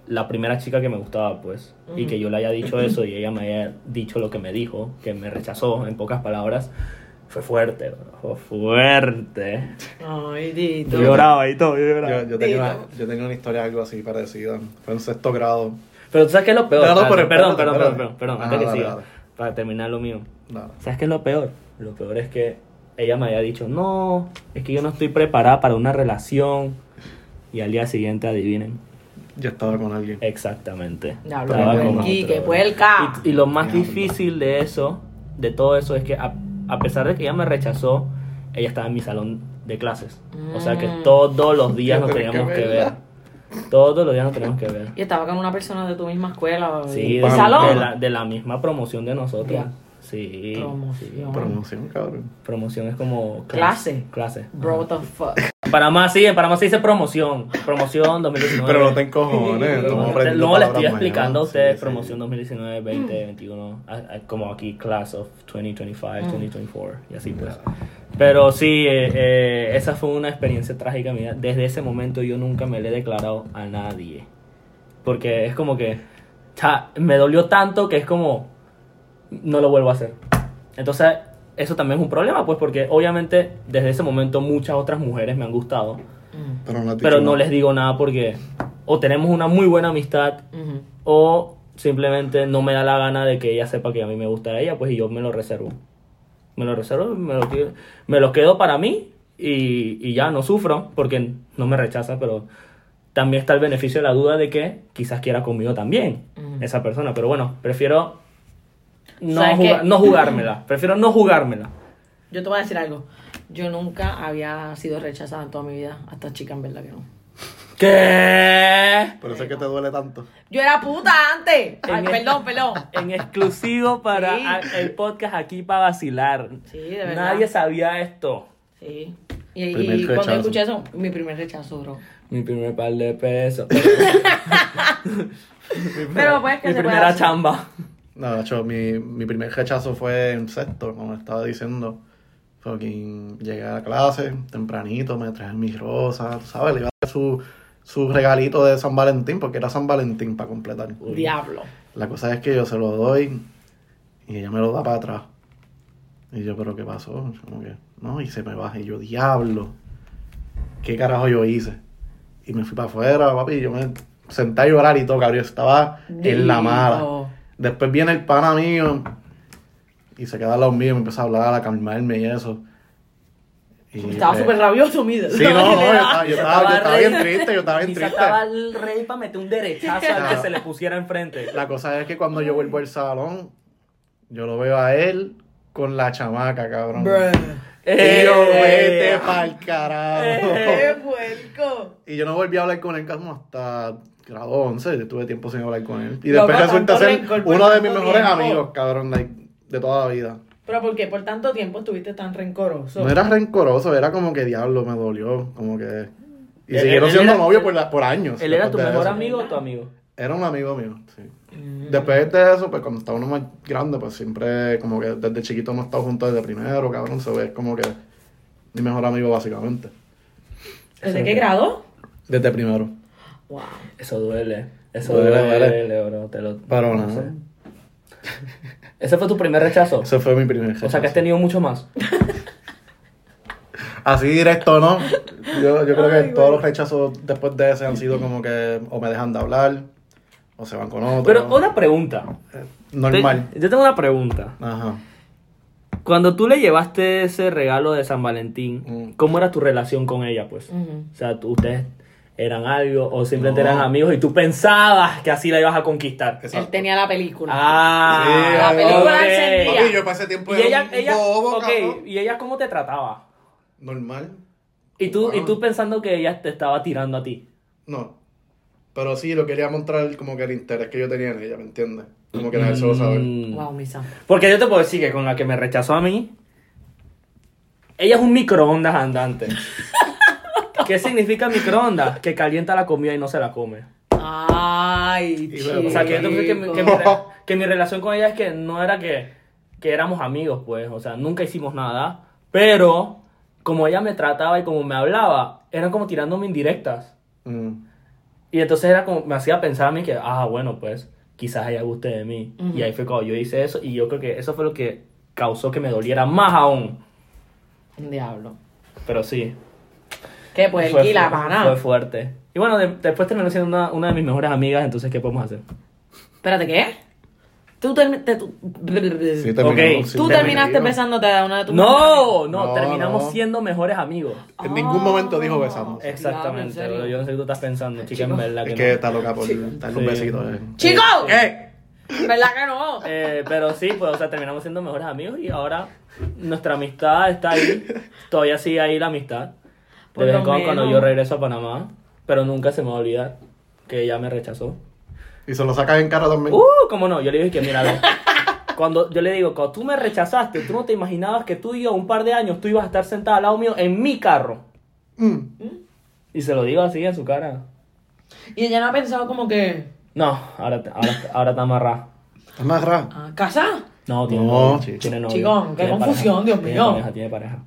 Speaker 2: la primera chica que me gustaba, pues. Y que yo le haya dicho eso y ella me haya dicho lo que me dijo, que me rechazó en pocas palabras. Fue fuerte, bro, fue fuerte.
Speaker 1: Ay, Dito.
Speaker 2: Yo lloraba y todo, yo lloraba.
Speaker 3: Yo, yo tenía
Speaker 1: Dilo.
Speaker 3: una, yo tenía una historia algo así parecida. Fue en sexto grado.
Speaker 2: Pero tú sabes qué es lo peor.
Speaker 3: Pero no,
Speaker 2: Espérate,
Speaker 3: pero
Speaker 2: perdón,
Speaker 3: espérate,
Speaker 2: perdón, perdón, perdón,
Speaker 3: espérate.
Speaker 2: perdón,
Speaker 3: Ah,
Speaker 2: antes que
Speaker 3: dale,
Speaker 2: siga,
Speaker 3: dale.
Speaker 2: para terminar lo mío.
Speaker 3: Nada.
Speaker 2: ¿Sabes qué es lo peor? Lo peor es que ella me había dicho, no, es que yo no estoy preparada para una relación. Y al día siguiente, adivinen.
Speaker 3: Yo estaba con alguien.
Speaker 2: Exactamente.
Speaker 1: Ya
Speaker 3: Pero
Speaker 2: Estaba
Speaker 3: no,
Speaker 1: hablaba
Speaker 2: con
Speaker 1: con pues, Quique,
Speaker 2: otro.
Speaker 1: puelca.
Speaker 2: Y, y lo más
Speaker 3: Diablo.
Speaker 2: difícil de eso, de todo eso, es que a, a pesar de que ella me rechazó, ella estaba en mi salón de clases. O sea que
Speaker 1: Mm.
Speaker 2: todos los días
Speaker 3: Ya
Speaker 2: nos
Speaker 3: tenés que
Speaker 2: teníamos que ver.
Speaker 3: verla.
Speaker 2: Todos los días nos teníamos que ver.
Speaker 1: Y estaba con una persona de tu misma escuela.
Speaker 2: Sí,
Speaker 1: ¿El
Speaker 2: de,
Speaker 1: salón?
Speaker 2: de la, de la misma promoción de nosotros.
Speaker 1: Ya.
Speaker 2: Sí. Ah.
Speaker 1: Promoción.
Speaker 3: Promoción, cabrón.
Speaker 2: sí. Promoción es como...
Speaker 1: Clase.
Speaker 2: Clase.
Speaker 1: Bro, what the fuck.
Speaker 2: En Panamá sí, en Panamá sí dice promoción. Promoción 2019.
Speaker 3: Pero no te encojones.
Speaker 2: No,
Speaker 3: estamos
Speaker 2: te-
Speaker 3: aprendiendo
Speaker 2: no le estoy
Speaker 3: palabras
Speaker 2: explicando a
Speaker 3: nuevas.
Speaker 2: ustedes
Speaker 3: Sí, sí.
Speaker 2: promoción 2019, 20, 21, a- a- como aquí class of 2025, 2024 y así pues. Pero sí, eh, eh, esa fue una experiencia trágica mía. Desde ese momento yo nunca me le he declarado a nadie. Porque es como que cha, me dolió tanto que es como no lo vuelvo a hacer. Entonces, eso también es un problema, pues porque obviamente desde ese momento muchas otras mujeres me han gustado,
Speaker 1: Mm,
Speaker 3: Pero no, has
Speaker 2: pero
Speaker 3: dicho
Speaker 2: no
Speaker 3: nada.
Speaker 2: les digo nada porque o tenemos una muy buena amistad
Speaker 1: mhm.
Speaker 2: o simplemente no me da la gana de que ella sepa que a mí me gusta ella, pues y yo me lo reservo. Me lo reservo, me lo, quedo- me lo quedo para mí y, y ya no sufro porque no me rechaza, pero también está el beneficio de la duda de que quizás quiera conmigo también
Speaker 1: Ujú.
Speaker 2: esa persona, pero bueno, prefiero no,
Speaker 1: Mm. ¿Sabes
Speaker 2: juga-
Speaker 1: qué?
Speaker 2: no jugármela, prefiero no jugármela.
Speaker 1: Yo te voy a decir algo. Yo nunca había sido rechazada en toda mi vida. Hasta chica, en verdad que no.
Speaker 2: ¿Qué?
Speaker 3: Por eso es que te duele tanto.
Speaker 1: Yo era puta antes. Ay,
Speaker 2: En el-
Speaker 1: perdón, perdón.
Speaker 2: En exclusivo para
Speaker 1: Sí.
Speaker 2: a- el podcast aquí para vacilar.
Speaker 1: Sí, de verdad.
Speaker 2: Nadie sabía esto.
Speaker 1: Sí. Y, y
Speaker 3: Primer
Speaker 1: cuando
Speaker 3: rechazo.
Speaker 1: escuché eso, mi primer rechazo, bro.
Speaker 2: Mi primer par de pesos.
Speaker 1: Pero pues que
Speaker 2: Mi
Speaker 1: se puede
Speaker 2: primera
Speaker 1: hacer.
Speaker 2: chamba.
Speaker 3: No, hecho, mi, mi primer rechazo fue en sexto, como estaba diciendo. Fucking llegué a la clase tempranito, me traje mis rosas, tú ¿sabes? Le iba a dar su, su regalito de San Valentín, porque era San Valentín para completar.
Speaker 1: Diablo.
Speaker 3: La cosa es que yo se lo doy y ella me lo da para atrás. Y yo, ¿pero qué pasó? Como que, no, y se me baja. Y yo, diablo, ¿qué carajo yo hice? Y me fui para afuera, papi, y yo me senté a llorar y todo, cabrón. Estaba en la mala.
Speaker 1: Dito.
Speaker 3: Después viene el pana mío y se queda al lado mío y me empieza a hablar, a calmarme y eso. Y,
Speaker 1: Pues Estaba
Speaker 3: eh,
Speaker 1: súper rabioso, mira.
Speaker 3: Sí, no, no, yo estaba, yo estaba- yo estaba bien
Speaker 2: re-
Speaker 3: triste, yo estaba bien
Speaker 2: Quizá
Speaker 3: triste. Ah.
Speaker 2: estaba el rey para meter un derechazo al que
Speaker 3: Claro.
Speaker 2: se le pusiera enfrente.
Speaker 3: La cosa es que cuando yo vuelvo al salón, yo lo veo a él con la chamaca, cabrón. Y yo,
Speaker 1: Eh.
Speaker 3: vete pa'l carajo.
Speaker 1: ¡Qué puerco!
Speaker 3: Y yo no volví a hablar con él como hasta grado 11. Yo tuve tiempo sin hablar con él. Y
Speaker 1: Loco,
Speaker 3: después resulta
Speaker 1: tanto
Speaker 3: ser
Speaker 1: rencor por
Speaker 3: uno de
Speaker 1: tanto
Speaker 3: mis mejores
Speaker 1: tiempo.
Speaker 3: amigos, cabrón, like, de toda la vida.
Speaker 1: ¿Pero por qué? ¿Por tanto tiempo estuviste tan rencoroso?
Speaker 3: No era rencoroso, era como que diablo, me dolió. Como que. Y
Speaker 2: Él-
Speaker 3: siguieron
Speaker 2: él
Speaker 3: siendo
Speaker 2: era-
Speaker 3: novios por, la- por años.
Speaker 2: ¿Él era
Speaker 3: después
Speaker 2: tu
Speaker 3: de
Speaker 2: mejor
Speaker 3: eso.
Speaker 2: amigo o tu amigo?
Speaker 3: Era un amigo mío, sí.
Speaker 1: Mm.
Speaker 3: Después de eso, pues cuando estaba uno más grande, pues siempre, como que desde chiquito hemos estado juntos desde primero, cabrón, se ve como que mi mejor amigo básicamente.
Speaker 1: ¿Desde qué grado?
Speaker 3: Desde primero.
Speaker 1: Wow.
Speaker 2: Eso duele. Eso duele,
Speaker 3: Duele,
Speaker 2: bro. Te lo...
Speaker 3: Pero
Speaker 2: no
Speaker 3: nada.
Speaker 2: sé. Ese fue tu primer rechazo.
Speaker 3: Ese fue mi primer
Speaker 2: O sea que has tenido mucho más.
Speaker 3: Así directo, ¿no? Yo, yo creo que
Speaker 1: Ay,
Speaker 3: todos
Speaker 1: güey.
Speaker 3: los rechazos después de ese han
Speaker 2: Mm.
Speaker 3: sido como que o me dejan de hablar, o se van con otro.
Speaker 2: Pero una pregunta.
Speaker 3: Normal.
Speaker 2: Te- Yo tengo una pregunta.
Speaker 3: Ajá.
Speaker 2: Cuando tú le llevaste ese regalo de San Valentín,
Speaker 3: Mm.
Speaker 1: Mm.
Speaker 2: ¿cómo era tu relación con ella, pues?
Speaker 1: Ujú.
Speaker 2: O sea, tú- ustedes eran algo o simplemente
Speaker 3: No.
Speaker 2: eran amigos y tú pensabas que así la ibas a conquistar.
Speaker 1: Él
Speaker 3: Exacto.
Speaker 1: tenía la película.
Speaker 2: Ah,
Speaker 3: La
Speaker 1: película
Speaker 2: ok.
Speaker 1: encendida.
Speaker 3: Papi, yo pasé
Speaker 2: Y
Speaker 3: tiempo era
Speaker 2: ella,
Speaker 3: pues, un
Speaker 2: ella,
Speaker 3: bobo,
Speaker 2: ok,
Speaker 3: cabrón.
Speaker 2: ¿y ella cómo te trataba?
Speaker 3: Normal.
Speaker 2: Y tú, y
Speaker 3: Bueno.
Speaker 2: tú pensando que ella te estaba tirando a ti.
Speaker 3: No. Pero sí, lo quería mostrar como que el interés que yo tenía en ella, ¿me entiendes? Como que nadie se lo sabe.
Speaker 2: Mm.
Speaker 1: Wow, Misa.
Speaker 2: Porque yo te puedo decir que con la que me rechazó a mí, ella es un microondas andante. ¿Qué significa microondas? Que calienta la comida y no se la come.
Speaker 1: Ay,
Speaker 3: Y luego-
Speaker 2: O sea, que yo te puedo decir que, mi- que mi,
Speaker 1: chico.
Speaker 2: re- que mi relación con ella es que no era que, que éramos amigos, pues. O sea, nunca hicimos nada. Pero, como ella me trataba y como me hablaba, eran como tirándome indirectas.
Speaker 3: Mm.
Speaker 2: Y entonces era como, me hacía pensar a mí que, ah, bueno, pues quizás ella guste de mí. Y ahí fue cuando yo hice eso y yo creo que eso fue lo que causó que me doliera más aún.
Speaker 1: Diablo.
Speaker 2: Pero sí.
Speaker 1: ¿Qué pues,
Speaker 2: fue,
Speaker 1: y la
Speaker 2: fu-
Speaker 1: pana?
Speaker 2: Fue fuerte. Y bueno, de- después terminó siendo una, una de mis mejores amigas, entonces, ¿qué podemos hacer?
Speaker 1: Espérate, ¿qué? Tú, termi- te- tú-
Speaker 3: Sí,
Speaker 2: Ok,
Speaker 3: terminó, sí,
Speaker 1: tú
Speaker 2: terminé.
Speaker 1: terminaste besándote a una de tus
Speaker 2: No, no,
Speaker 3: No,
Speaker 2: terminamos
Speaker 3: no.
Speaker 2: siendo mejores amigos.
Speaker 3: En ningún momento dijo besamos.
Speaker 1: Eh,
Speaker 2: Exactamente,
Speaker 1: Diablo, ¿en
Speaker 2: bro,
Speaker 1: serio?
Speaker 2: yo no sé qué tú estás pensando, chica, en
Speaker 1: Chico.
Speaker 2: verdad que
Speaker 3: Es que
Speaker 2: no.
Speaker 3: está loca por darle un
Speaker 2: Sí.
Speaker 3: besito. eh.
Speaker 1: ¡Chico!
Speaker 3: ¿Qué?
Speaker 1: ¿Verdad que no?
Speaker 2: Eh, pero sí, pues, o sea, terminamos siendo mejores amigos y ahora nuestra amistad está ahí. Todavía sigue ahí la amistad.
Speaker 1: Por
Speaker 2: De vez en
Speaker 1: lo
Speaker 2: cuando, cuando yo
Speaker 1: menos.
Speaker 2: regreso a Panamá, pero nunca se me va a olvidar que ella me rechazó.
Speaker 3: Y se lo sacas en cara también.
Speaker 2: Uh, cómo no, yo le dije que mira, ve, cuando yo le digo, cuando tú me rechazaste, tú no te imaginabas que tú y yo, un par de años, tú ibas a estar sentada al lado mío en mi carro.
Speaker 3: Mm.
Speaker 2: Y se lo digo así en su cara.
Speaker 1: Y ella no ha pensado como que.
Speaker 2: No, ahora, te- ahora, ahora está amarrada.
Speaker 3: Estás más raro.
Speaker 1: ah, ¿Casa?
Speaker 2: No, tiene
Speaker 3: No,
Speaker 2: novio.
Speaker 3: chico.
Speaker 2: Tiene novio.
Speaker 1: Chico, qué
Speaker 2: Tiene
Speaker 1: confusión, Dios
Speaker 2: Tiene
Speaker 1: mío.
Speaker 2: pareja, tiene pareja.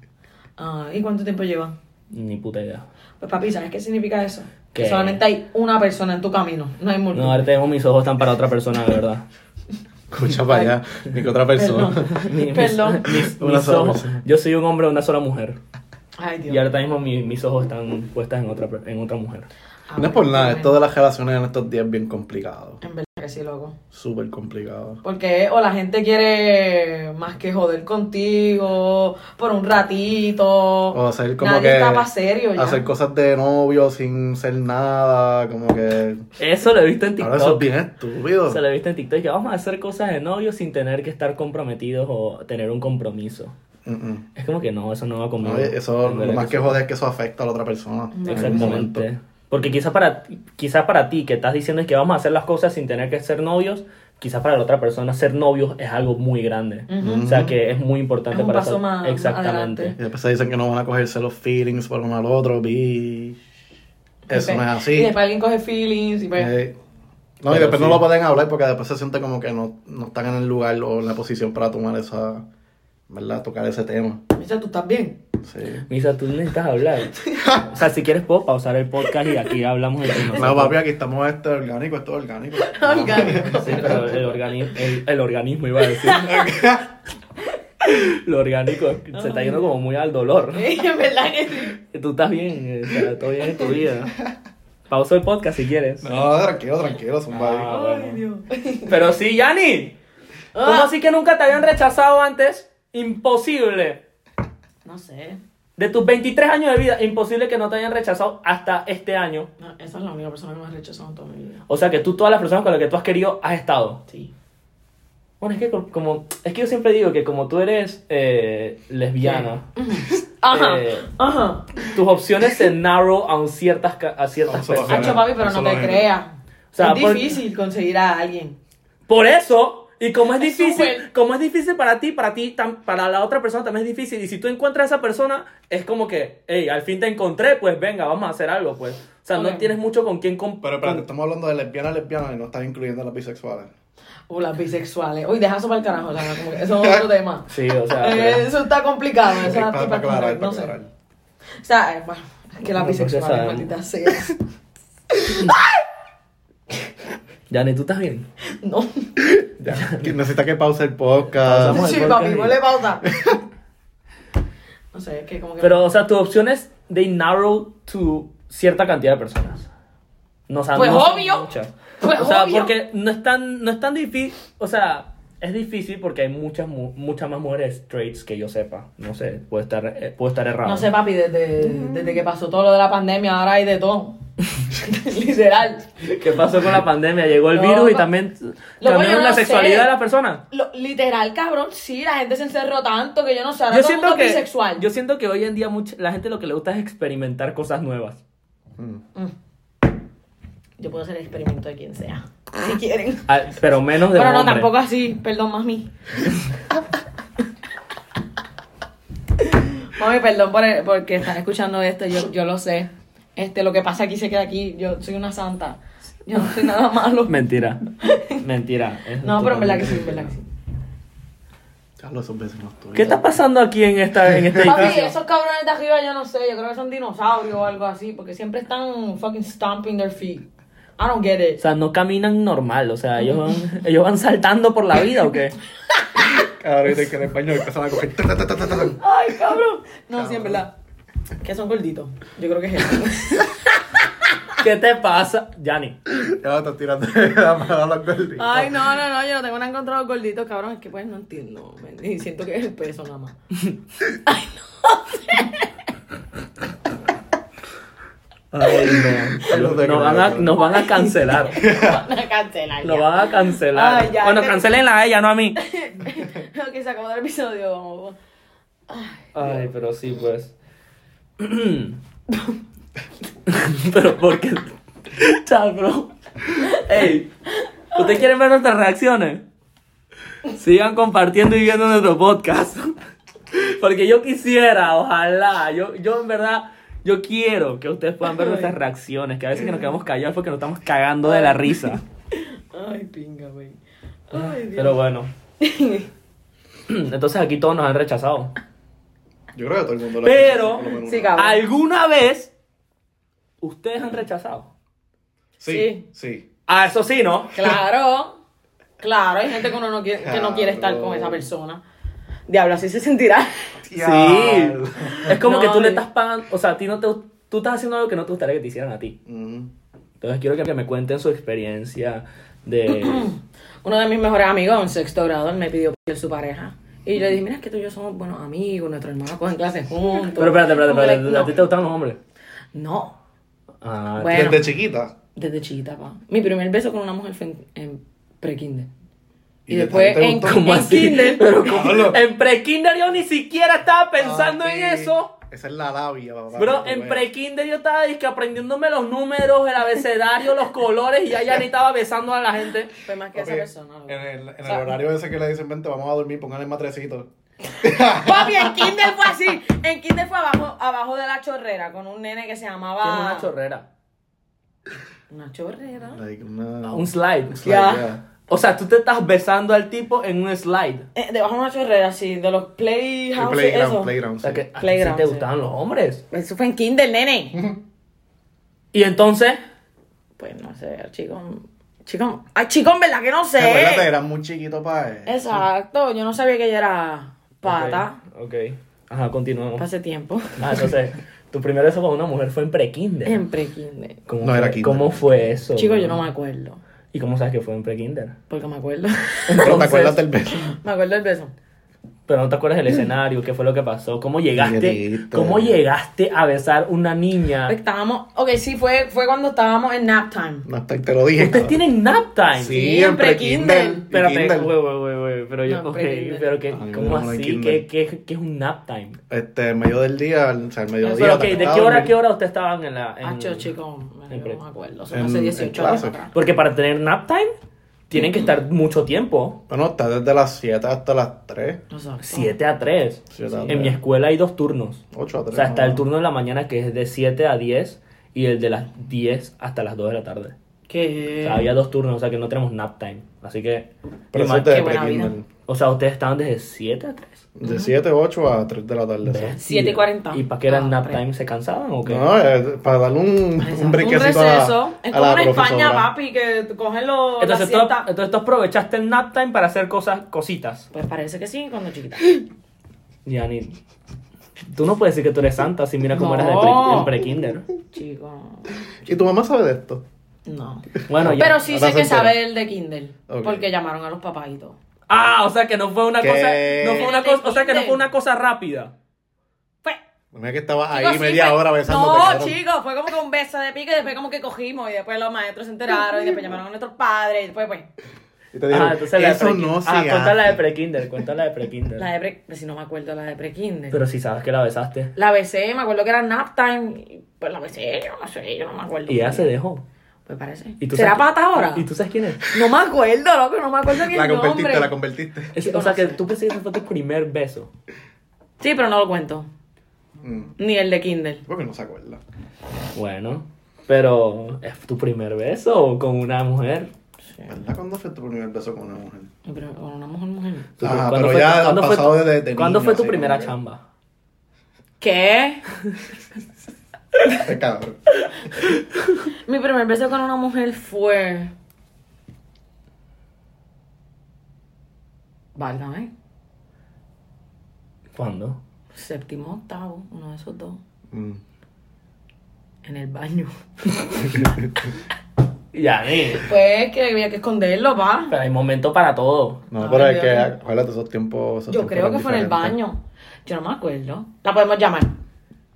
Speaker 1: Ah, ¿Y cuánto tiempo llevan?
Speaker 2: Ni puta idea.
Speaker 1: Pues papi, ¿sabes qué significa eso?
Speaker 2: ¿Qué?
Speaker 1: Que solamente hay una persona en tu camino, no hay
Speaker 2: No,
Speaker 1: múltiples.
Speaker 2: ahora tengo mis ojos tan para otra persona, de verdad.
Speaker 3: Escucha para allá, ni que otra persona.
Speaker 2: Mi- mis-
Speaker 1: Perdón.
Speaker 2: mis-
Speaker 3: Una
Speaker 2: mis
Speaker 3: sola
Speaker 2: ojos-
Speaker 3: persona.
Speaker 2: yo soy un hombre de una sola mujer.
Speaker 1: Ay, Dios.
Speaker 2: Y ahora mismo mi- mis ojos están puestas en otra, per- en otra mujer.
Speaker 1: Ah,
Speaker 3: No es por nada,
Speaker 1: bueno.
Speaker 3: esto de las relaciones en estos días es bien complicado.
Speaker 1: En verdad que sí, loco.
Speaker 3: Súper complicado.
Speaker 1: Porque o la gente quiere más que joder contigo por un ratito.
Speaker 3: O hacer como
Speaker 1: Nadie
Speaker 3: que.
Speaker 1: está pa' serio ya.
Speaker 3: Hacer cosas de novio sin ser nada, como que.
Speaker 2: Eso lo he visto en
Speaker 3: Ahora eso es
Speaker 2: TikTok.
Speaker 3: bien estúpido.
Speaker 2: Se lo he visto en TikTok que vamos a hacer cosas de novio sin tener que estar comprometidos o tener un compromiso.
Speaker 3: Mm-mm.
Speaker 2: Es como que no, eso no va conmigo.
Speaker 3: No, eh, eso,
Speaker 2: En
Speaker 3: lo
Speaker 2: verdad
Speaker 3: más
Speaker 2: que
Speaker 3: que joder es que eso afecta a la otra persona. en algún momento.
Speaker 2: Exactamente. Porque quizás para, ti- quizás para ti que estás diciendo es que vamos a hacer las cosas sin tener que ser novios, quizás para la otra persona ser novios es algo muy grande.
Speaker 3: Mm,
Speaker 1: Ujú.
Speaker 2: O sea que es muy importante
Speaker 1: Es un
Speaker 2: para
Speaker 1: paso
Speaker 2: esa-
Speaker 1: más- más
Speaker 2: Exactamente.
Speaker 1: adelante.
Speaker 3: Y después se dicen que no van a cogerse los feelings por uno al otro, bi. Eso no es
Speaker 1: Y
Speaker 3: así.
Speaker 1: después alguien coge feelings y pues.
Speaker 3: Eh, No, y
Speaker 2: Pero
Speaker 3: después no
Speaker 2: sí.
Speaker 3: lo pueden hablar porque después se siente como que no, no están en el lugar o en la posición para tomar esa, ¿verdad? Tocar ese tema.
Speaker 1: Misa, tú estás bien.
Speaker 3: Sí.
Speaker 2: Misa, tú necesitas hablar. O sea, si quieres puedo pausar el podcast y aquí hablamos de lo que
Speaker 3: No,
Speaker 2: nosotros-
Speaker 3: papi, aquí estamos este orgánico, esto es orgánico.
Speaker 1: Orgánico.
Speaker 2: Sí, pero el, organi- el, el organismo iba a decir. Lo orgánico se está yendo como muy al dolor.
Speaker 1: en verdad que sí.
Speaker 2: Tú estás bien, o sea, todo bien en tu vida. Pausa el podcast si quieres.
Speaker 3: No, tranquilo, tranquilo,
Speaker 2: Ah,
Speaker 3: zumba.
Speaker 1: Ay,
Speaker 2: bueno.
Speaker 1: Dios.
Speaker 2: Pero sí, Yanni. ¿Cómo
Speaker 1: Ah.
Speaker 2: así que nunca te habían rechazado antes? Imposible.
Speaker 1: No sé.
Speaker 2: De tus 23 años de vida, imposible que no te hayan rechazado hasta este año.
Speaker 1: No, esa es la única persona que me ha rechazado en toda mi vida.
Speaker 2: O sea que tú, todas las personas con las que tú has querido, has estado.
Speaker 1: Sí.
Speaker 2: Bueno, es que co- como. Es que yo siempre digo que como tú eres eh, lesbiana,
Speaker 1: Ajá.
Speaker 2: Eh.
Speaker 1: Ajá.
Speaker 2: tus opciones se narrow a un ciertas, ca- a ciertas
Speaker 3: Solo
Speaker 2: personas.
Speaker 1: Hacho, papi, pero
Speaker 3: Eso
Speaker 1: no
Speaker 3: lo
Speaker 1: te
Speaker 3: es.
Speaker 1: creas.
Speaker 2: O sea,
Speaker 1: es
Speaker 2: por-
Speaker 1: difícil conseguir a alguien.
Speaker 2: Por eso, y como es
Speaker 1: Es
Speaker 2: difícil,
Speaker 1: súper.
Speaker 2: como es difícil para ti, para ti, tam- para la otra persona también es difícil. Y si tú encuentras a esa persona, es como que, hey, al fin te encontré, pues venga, vamos a hacer algo, pues. O sea,
Speaker 1: Ok.
Speaker 2: no tienes mucho con quién comp-
Speaker 3: Pero espérate,
Speaker 2: con-
Speaker 3: estamos hablando de lesbianas, lesbianas y no estás incluyendo a las bisexuales.
Speaker 1: O las bisexuales. Uy, deja eso para el carajo, o sea, como que eso es otro tema.
Speaker 2: Sí, o sea,
Speaker 1: Eh,
Speaker 2: pero-
Speaker 1: eso está complicado.
Speaker 3: Ok,
Speaker 1: esa
Speaker 3: para,
Speaker 1: tipa
Speaker 3: para aclarar,
Speaker 1: como-
Speaker 3: para
Speaker 1: no sé.
Speaker 3: aclarar.
Speaker 1: O sea, eh, bueno, es que las
Speaker 2: No, pues, ya
Speaker 1: bisexuales,
Speaker 2: sabemos.
Speaker 1: maldita sea.
Speaker 2: Yanni, ¿tú estás bien?
Speaker 1: No.
Speaker 3: Ya, que necesita que pause el
Speaker 2: Pausamos.
Speaker 3: podcast.
Speaker 2: Vamos al
Speaker 1: Sí,
Speaker 2: podcast
Speaker 1: papi,
Speaker 2: y-
Speaker 1: ponle pausa. No sé, es que como que.
Speaker 2: Pero, o sea, tus opciones, they narrow to cierta cantidad de personas. No, o sea,
Speaker 1: Pues
Speaker 2: no son
Speaker 1: obvio.
Speaker 2: muchas.
Speaker 1: Pues
Speaker 2: o sea,
Speaker 1: obvio.
Speaker 2: porque no es tan, no es tan difícil, o sea, es difícil porque hay muchas, mu- muchas más mujeres straights que yo sepa. No sé, puedo estar, eh, puedo estar errado.
Speaker 1: No sé, papi, desde, desde que pasó todo lo de la pandemia, ahora hay de todo. Literal.
Speaker 2: ¿Qué pasó con la pandemia? Llegó el
Speaker 1: No,
Speaker 2: virus y
Speaker 1: pa-
Speaker 2: también
Speaker 1: yo
Speaker 2: cambiaron
Speaker 1: no
Speaker 2: la
Speaker 1: sé.
Speaker 2: sexualidad de las personas.
Speaker 1: Lo- literal, cabrón, sí, la gente se encerró tanto que yo no sé, ahora
Speaker 2: Yo
Speaker 1: todo el
Speaker 2: siento,
Speaker 1: mundo es
Speaker 2: que,
Speaker 1: bisexual.
Speaker 2: yo siento que hoy en día mucha- la gente lo que le gusta es experimentar cosas nuevas.
Speaker 3: Mm.
Speaker 1: Yo puedo hacer el experimento de quien sea, si quieren.
Speaker 2: Ah, Pero menos de
Speaker 1: Pero
Speaker 2: un
Speaker 1: no,
Speaker 2: hombre.
Speaker 1: tampoco así, perdón, mami. mami, perdón por el- porque están escuchando esto, yo, yo lo sé. Este, lo que pasa aquí se queda aquí, yo soy una santa. Yo no soy nada malo.
Speaker 2: Mentira. Mentira. Es
Speaker 1: No, pero en verdad
Speaker 2: totalmente
Speaker 1: que sí, en
Speaker 2: mentira.
Speaker 1: verdad que sí.
Speaker 3: Carlos, esos vecinos tuyos.
Speaker 2: ¿Qué está pasando aquí en, esta, en este
Speaker 1: Papi,
Speaker 2: edificio?
Speaker 1: esos cabrones de arriba, yo no sé, yo creo que son dinosaurios o algo así, porque siempre están fucking stomping their feet. I don't get
Speaker 2: O
Speaker 1: it.
Speaker 2: sea, no caminan normal, o sea, ellos van, ellos van saltando por la vida o qué?
Speaker 3: Ahorita hay que en el baño empezaron a coger. ta, ta, ta, ta, ta, ta.
Speaker 1: Ay, cabrón. No, sí, en verdad. Que son gorditos. Yo creo que es eso.
Speaker 2: ¿Qué te pasa, Yanni?
Speaker 3: Ya estás tirando la mano a los gorditos.
Speaker 1: Ay, no, no, no, yo no tengo nada en contra de los gorditos, cabrón. Es que pues no entiendo. men, Y siento que es el peso nada más.
Speaker 3: Ay, no. Ay, no te
Speaker 2: Nos
Speaker 3: creo,
Speaker 2: eh, van a,
Speaker 3: cabrón.
Speaker 2: nos van a cancelar.
Speaker 1: Van a cancelar.
Speaker 2: Nos
Speaker 1: ya.
Speaker 2: van a cancelar.
Speaker 1: Ay, ya,
Speaker 2: bueno,
Speaker 1: te-
Speaker 2: cancelenla a ella, no a mí.
Speaker 1: Ok, se acabó el episodio. Vamos.
Speaker 2: Ay, pero sí, pues. pero porque. Chao, bro. Ey, ¿ustedes quieren ver nuestras reacciones? Sigan compartiendo y viendo nuestro podcast. Porque yo quisiera, ojalá. Yo, yo en verdad. Yo quiero que ustedes puedan ver nuestras reacciones, que a veces que nos quedamos callados porque nos estamos cagando de la risa.
Speaker 1: Ay, pinga, güey. Ay, Dios.
Speaker 2: Pero bueno, entonces aquí todos nos han rechazado.
Speaker 3: Yo creo que todo el mundo lo
Speaker 2: Pero-
Speaker 3: por lo menos
Speaker 1: Sí,
Speaker 3: una.
Speaker 1: cabrón.
Speaker 2: ¿Alguna vez ustedes han rechazado?
Speaker 3: Sí, sí.
Speaker 2: Ah, eso sí, ¿no?
Speaker 1: Claro, claro, hay gente que uno no quiere, que no quiere estar con esa
Speaker 3: Claro.
Speaker 1: persona. Diablo, así se sentirá.
Speaker 3: Diablo.
Speaker 2: Es como
Speaker 1: No,
Speaker 2: que tú le
Speaker 1: sí.
Speaker 2: estás pagando, o sea, a ti no te, tú estás haciendo algo que no te gustaría que te hicieran a ti.
Speaker 3: Mm.
Speaker 2: Entonces quiero que, que me cuenten su experiencia de...
Speaker 1: Uno de mis mejores amigos, en sexto grado, él me pidió ser su pareja. Y yo le dije, mira, es que tú y yo somos buenos amigos, nuestros hermanos cogen clases juntos.
Speaker 2: Pero espérate, espérate,
Speaker 1: Como
Speaker 2: espérate,
Speaker 1: que,
Speaker 2: ¿a ti te gustaban los hombres?
Speaker 1: No, no,
Speaker 2: Ah,
Speaker 1: Bueno.
Speaker 3: Desde chiquita.
Speaker 1: desde chiquita, pa. Mi primer beso con una mujer fue en, en pre-kinder. Y,
Speaker 3: ¿Y de
Speaker 1: después
Speaker 3: tanto
Speaker 1: en,
Speaker 3: gusto?
Speaker 2: ¿Cómo
Speaker 1: en
Speaker 2: así?
Speaker 1: kinder.
Speaker 2: Pero ¿cómo?
Speaker 3: Pablo.
Speaker 2: En pre-kinder yo ni siquiera estaba pensando en
Speaker 3: Papi,
Speaker 2: eso.
Speaker 3: Ah, Esa es la labia, papá.
Speaker 2: Bro,
Speaker 3: Tú
Speaker 2: en
Speaker 3: ves.
Speaker 2: pre-kinder yo estaba dizque aprendiéndome los números, el abecedario, los colores y ya ya ni estaba besando a la gente.
Speaker 1: Fue más que
Speaker 3: Papi,
Speaker 1: esa persona. loco.
Speaker 3: En el, en el
Speaker 1: sea-
Speaker 3: horario ese que le dicen, vente, vamos a dormir, póngale el matrecito.
Speaker 1: Papi, en kinder fue así. En kinder fue abajo, abajo de la chorrera con un nene que se llamaba...
Speaker 2: Tiene una chorrera.
Speaker 1: Una chorrera.
Speaker 3: Like, no.
Speaker 2: Ah, Un slide.
Speaker 3: It's
Speaker 1: Ya.
Speaker 2: O sea, tú te estás besando al tipo en un slide.
Speaker 1: Eh, debajo de una chorrera, sí, de los
Speaker 3: El
Speaker 1: playhouses,
Speaker 3: playground,
Speaker 1: eso.
Speaker 2: O
Speaker 3: playground.
Speaker 2: sea,
Speaker 3: Sí.
Speaker 2: que a ti sí
Speaker 1: Playground,
Speaker 2: te
Speaker 1: sí.
Speaker 2: gustaban los hombres.
Speaker 1: Eso fue en kinder, nene.
Speaker 2: Y entonces,
Speaker 1: Pues no sé, chicos, chicos, ay, chicos, ¿verdad que no
Speaker 3: Acuérdate,
Speaker 1: sé?
Speaker 3: eras muy chiquito para él.
Speaker 1: Exacto, yo no sabía que ella era pata
Speaker 2: Ok, ok. Ajá, continuamos.
Speaker 1: hace tiempo,
Speaker 2: Ah, entonces, tu primer beso con una mujer fue en pre-kinder.
Speaker 1: en pre-kinder.
Speaker 2: ¿Cómo
Speaker 3: No,
Speaker 2: fue-
Speaker 3: era kinder.
Speaker 2: ¿Cómo fue eso?
Speaker 1: Chicos, yo
Speaker 2: bro?
Speaker 1: no me acuerdo,
Speaker 2: ¿Y cómo sabes que fue en pre-kinder?
Speaker 1: porque me acuerdo,
Speaker 3: Pero te
Speaker 2: Entonces-
Speaker 3: acuerdas del beso.
Speaker 1: me acuerdo del beso.
Speaker 2: Pero no te acuerdas
Speaker 1: Mm.
Speaker 2: del escenario, qué fue lo que pasó, cómo llegaste,
Speaker 3: Mierda.
Speaker 2: cómo llegaste a besar una niña.
Speaker 1: Pues Estábamos, ok, sí, fue, fue cuando estábamos en nap time.
Speaker 3: No, te, te lo dije.
Speaker 2: Ustedes tienen nap time.
Speaker 3: Sí, en pre-kinder. Y
Speaker 2: Espérate,
Speaker 3: kinder.
Speaker 2: güey, güey, güey, güey, pero yo,
Speaker 1: No,
Speaker 2: ok,
Speaker 1: pre-kinder.
Speaker 2: pero que,
Speaker 3: A mí me
Speaker 2: ¿cómo
Speaker 3: llaman
Speaker 2: así? ¿Qué,
Speaker 3: kinder.
Speaker 2: qué, qué es un nap time?
Speaker 3: Este, medio del día, al- o sea, al mediodía.
Speaker 2: Pero, ok,
Speaker 3: te
Speaker 2: ¿de qué
Speaker 3: acostabas,
Speaker 2: hora a
Speaker 3: dormir.
Speaker 2: qué hora ustedes estaban en la...? en-
Speaker 1: Hacho, chicos, me-
Speaker 2: en pre-
Speaker 1: yo no me acuerdo, son
Speaker 3: en-
Speaker 1: hace
Speaker 3: en
Speaker 1: 18 años
Speaker 3: clase.
Speaker 1: atrás.
Speaker 2: Porque para tener nap time, tienen que estar mucho tiempo.
Speaker 3: Bueno, está desde las 7 hasta las 3.
Speaker 1: Exacto.
Speaker 2: 7 a 3.
Speaker 3: Siete a tres.
Speaker 2: En mi escuela hay dos turnos.
Speaker 3: 8 a 3.
Speaker 2: O sea, está el turno de la mañana que es de 7 a 10 y el de las 10 hasta las 2 de la tarde. O
Speaker 1: ¿Qué?
Speaker 2: sea, había dos turnos, o sea que no tenemos nap time. Así que. y
Speaker 3: Pero eso
Speaker 2: más-
Speaker 3: es de
Speaker 1: Qué buena
Speaker 3: pre-kinder.
Speaker 1: vida.
Speaker 2: O sea, ustedes estaban desde 7 a 3.
Speaker 3: De 7, 8 a 3 de la tarde. sí.
Speaker 1: 7:40.
Speaker 2: ¿Y para qué eran
Speaker 1: Ah,
Speaker 2: nap
Speaker 1: pre-
Speaker 2: time? ¿Se cansaban o qué?
Speaker 3: No, eh, para darle un,
Speaker 1: Exacto.
Speaker 3: un brequecito a la-
Speaker 1: receso.
Speaker 3: a
Speaker 1: Es
Speaker 3: la
Speaker 1: como en España,
Speaker 3: profesora.
Speaker 1: papi, que cogen los. la
Speaker 2: entonces, tú,
Speaker 1: siesta.
Speaker 2: entonces tú aprovechaste el nap time para hacer cosas, cositas.
Speaker 1: Pues parece que sí, cuando chiquita.
Speaker 2: Yani, tú no puedes decir que tú eres santa si mira cómo eras de pre-
Speaker 1: No.
Speaker 2: en pre-kinder.
Speaker 1: Chico.
Speaker 3: ¿Y tu mamá sabe de esto?
Speaker 1: No.
Speaker 2: Bueno, ya.
Speaker 1: Pero sí
Speaker 3: Ahora
Speaker 1: sé
Speaker 3: se
Speaker 1: que
Speaker 3: entera.
Speaker 1: sabe el de Kindle.
Speaker 3: Ok.
Speaker 1: Porque llamaron a los papás y todo.
Speaker 2: Ah, o sea que no fue una
Speaker 3: ¿Qué?
Speaker 2: cosa. No fue una cosa. O sea que no fue una cosa rápida.
Speaker 1: Pues,
Speaker 3: No, Mira que estaba ahí
Speaker 1: Chicos, sí
Speaker 3: media
Speaker 1: fue-
Speaker 3: hora besando.
Speaker 1: No, chicos, fue como que un beso de pico y después como que cogimos y después los maestros se enteraron y después llamaron a nuestros padres y después pues
Speaker 3: Y te dijeron,
Speaker 2: Ah, entonces la de
Speaker 3: eso
Speaker 2: pre-
Speaker 3: no se
Speaker 2: Ah, cuenta la de
Speaker 3: hace.
Speaker 2: prekinder, cuenta la de prekinder.
Speaker 1: la de pre, si no me acuerdo la de prekinder.
Speaker 2: Pero si sabes que la besaste.
Speaker 1: La besé, me acuerdo que era nap time y pues la besé, yo no sé, yo no me acuerdo.
Speaker 2: Y ella se dejó.
Speaker 1: Pues parece.
Speaker 2: ¿Y tú
Speaker 1: ¿Será
Speaker 2: sabes-
Speaker 1: pata ahora?
Speaker 2: ¿Y tú sabes quién es?
Speaker 1: No me acuerdo, loco, no me acuerdo ni
Speaker 3: La
Speaker 1: el
Speaker 3: convertiste,
Speaker 1: nombre.
Speaker 3: la convertiste.
Speaker 2: Es-
Speaker 1: Yo
Speaker 2: o sea,
Speaker 1: no
Speaker 2: que
Speaker 1: sé.
Speaker 2: tú pensé que ese fue tu primer beso.
Speaker 1: Sí, pero no lo cuento.
Speaker 3: Mm,
Speaker 1: Ni el de Kindle.
Speaker 3: Porque no se acuerda.
Speaker 2: Bueno, pero ¿es tu primer beso con una mujer?
Speaker 3: ¿Verdad? ¿Cuándo fue tu primer beso con una mujer?
Speaker 1: Pero con una mujer, mujer.
Speaker 2: ¿Tu-
Speaker 3: Ah,
Speaker 2: ¿cuándo
Speaker 3: pero
Speaker 2: fue-
Speaker 3: ya
Speaker 2: ¿cuándo
Speaker 3: ha
Speaker 2: fue-
Speaker 3: pasado desde- de
Speaker 2: ¿Cuándo
Speaker 3: niño,
Speaker 2: fue tu
Speaker 3: así,
Speaker 2: primera
Speaker 3: como que-
Speaker 2: chamba?
Speaker 1: ¿Qué?
Speaker 3: Este cabrón.
Speaker 1: Mi primer beso con una mujer fue. Válgame.
Speaker 2: ¿Cuándo?
Speaker 1: Séptimo, octavo, uno de esos dos.
Speaker 3: Mm.
Speaker 1: En el baño.
Speaker 2: Ya, ni.
Speaker 1: Pues que había que esconderlo, pa.
Speaker 2: Pero hay momento para todo.
Speaker 3: No,
Speaker 1: Ay,
Speaker 3: pero es
Speaker 1: Dios.
Speaker 3: que, acuérdate, esos tiempos. esos
Speaker 1: Yo
Speaker 3: tiempos
Speaker 1: creo
Speaker 3: eran
Speaker 1: que fue en el
Speaker 3: diferentes.
Speaker 1: baño. Yo no me acuerdo. La podemos llamar.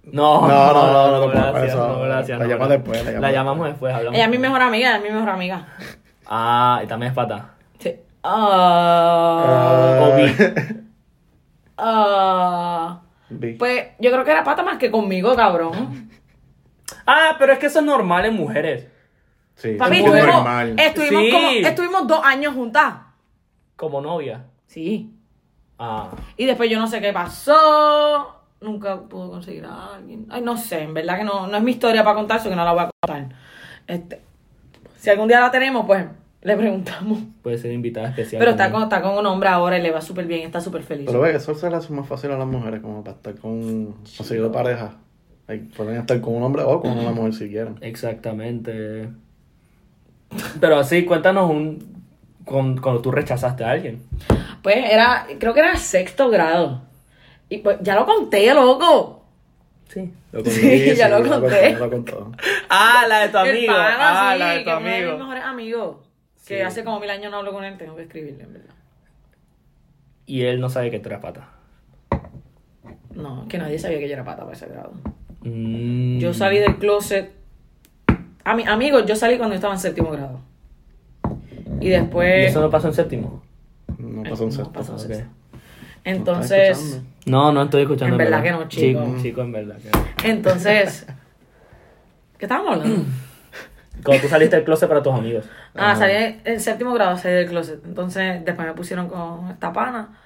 Speaker 2: No,
Speaker 3: No, no, no, no, tampoco,
Speaker 2: gracias,
Speaker 3: eso,
Speaker 2: no, gracias.
Speaker 3: la
Speaker 2: no,
Speaker 3: llamas
Speaker 2: no.
Speaker 3: después, la
Speaker 2: La
Speaker 3: llamas
Speaker 2: llamamos después, hablamos.
Speaker 1: Ella es mi mejor amiga, ella es mi mejor amiga.
Speaker 2: Ah, y también es pata.
Speaker 1: Sí. Ah.
Speaker 3: Ah,
Speaker 2: O vi.
Speaker 1: Ah.
Speaker 3: vi.
Speaker 1: Pues yo creo que era pata más que conmigo, cabrón.
Speaker 2: Ah, pero es que eso es normal en mujeres.
Speaker 3: Sí,
Speaker 1: Papi, este-
Speaker 3: es
Speaker 2: muy
Speaker 1: estuvimos,
Speaker 3: normal.
Speaker 1: estuvimos,
Speaker 2: Sí.
Speaker 1: como, estuvimos dos años juntas.
Speaker 2: Como novia.
Speaker 1: Sí.
Speaker 2: Ah,
Speaker 1: Y después yo no sé qué pasó. Nunca pudo conseguir a alguien. Ay, no sé, en verdad que no, no es mi historia para contar, eso que no la voy a contar. Este, si algún día la tenemos, pues le preguntamos.
Speaker 2: puede ser invitada especial.
Speaker 1: Pero está con,
Speaker 2: también.
Speaker 1: está con un hombre ahora y le va súper bien, está súper feliz.
Speaker 3: Pero ve, eso se le hace más fácil a las mujeres, como para estar con. conseguir pareja. Ahí pueden estar con un hombre o con una mujer si quieren.
Speaker 2: Exactamente. Pero así, cuéntanos un. con- cuando tú rechazaste a alguien.
Speaker 1: Pues era, creo que era sexto grado. Y pues ya lo conté, loco.
Speaker 2: Sí.
Speaker 1: ya lo
Speaker 3: contó,
Speaker 1: conté.
Speaker 3: ya lo contó.
Speaker 2: Ah, la de tu amigo.
Speaker 1: El pana,
Speaker 2: ah,
Speaker 1: sí,
Speaker 2: la de tu
Speaker 1: que es uno de mis
Speaker 2: amigo.
Speaker 1: mejores amigos. Que
Speaker 2: Sí.
Speaker 1: hace como mil años no hablo con él, tengo que escribirle, en verdad.
Speaker 2: Y él no sabe que tú eras pata.
Speaker 1: No, que nadie sabía que yo era pata para ese grado.
Speaker 2: Mm.
Speaker 1: Yo salí del closet. A mi amigo, yo salí cuando estaba en séptimo grado. Y
Speaker 2: ¿Y
Speaker 1: después.
Speaker 2: eso no pasó en séptimo?
Speaker 3: No pasó un
Speaker 1: No
Speaker 3: sexto.
Speaker 1: pasó un
Speaker 2: Ok.
Speaker 1: sexto.
Speaker 3: ¿No estás
Speaker 1: Entonces.
Speaker 3: escuchando?
Speaker 2: No, no estoy escuchando.
Speaker 1: En verdad que no, chico.
Speaker 2: Chico, chico, en verdad que
Speaker 1: Entonces. ¿Qué estábamos hablando?
Speaker 2: Cuando tú saliste del closet para tus amigos.
Speaker 1: Ah, salí en séptimo grado, salí del closet. Entonces, después me pusieron con esta pana.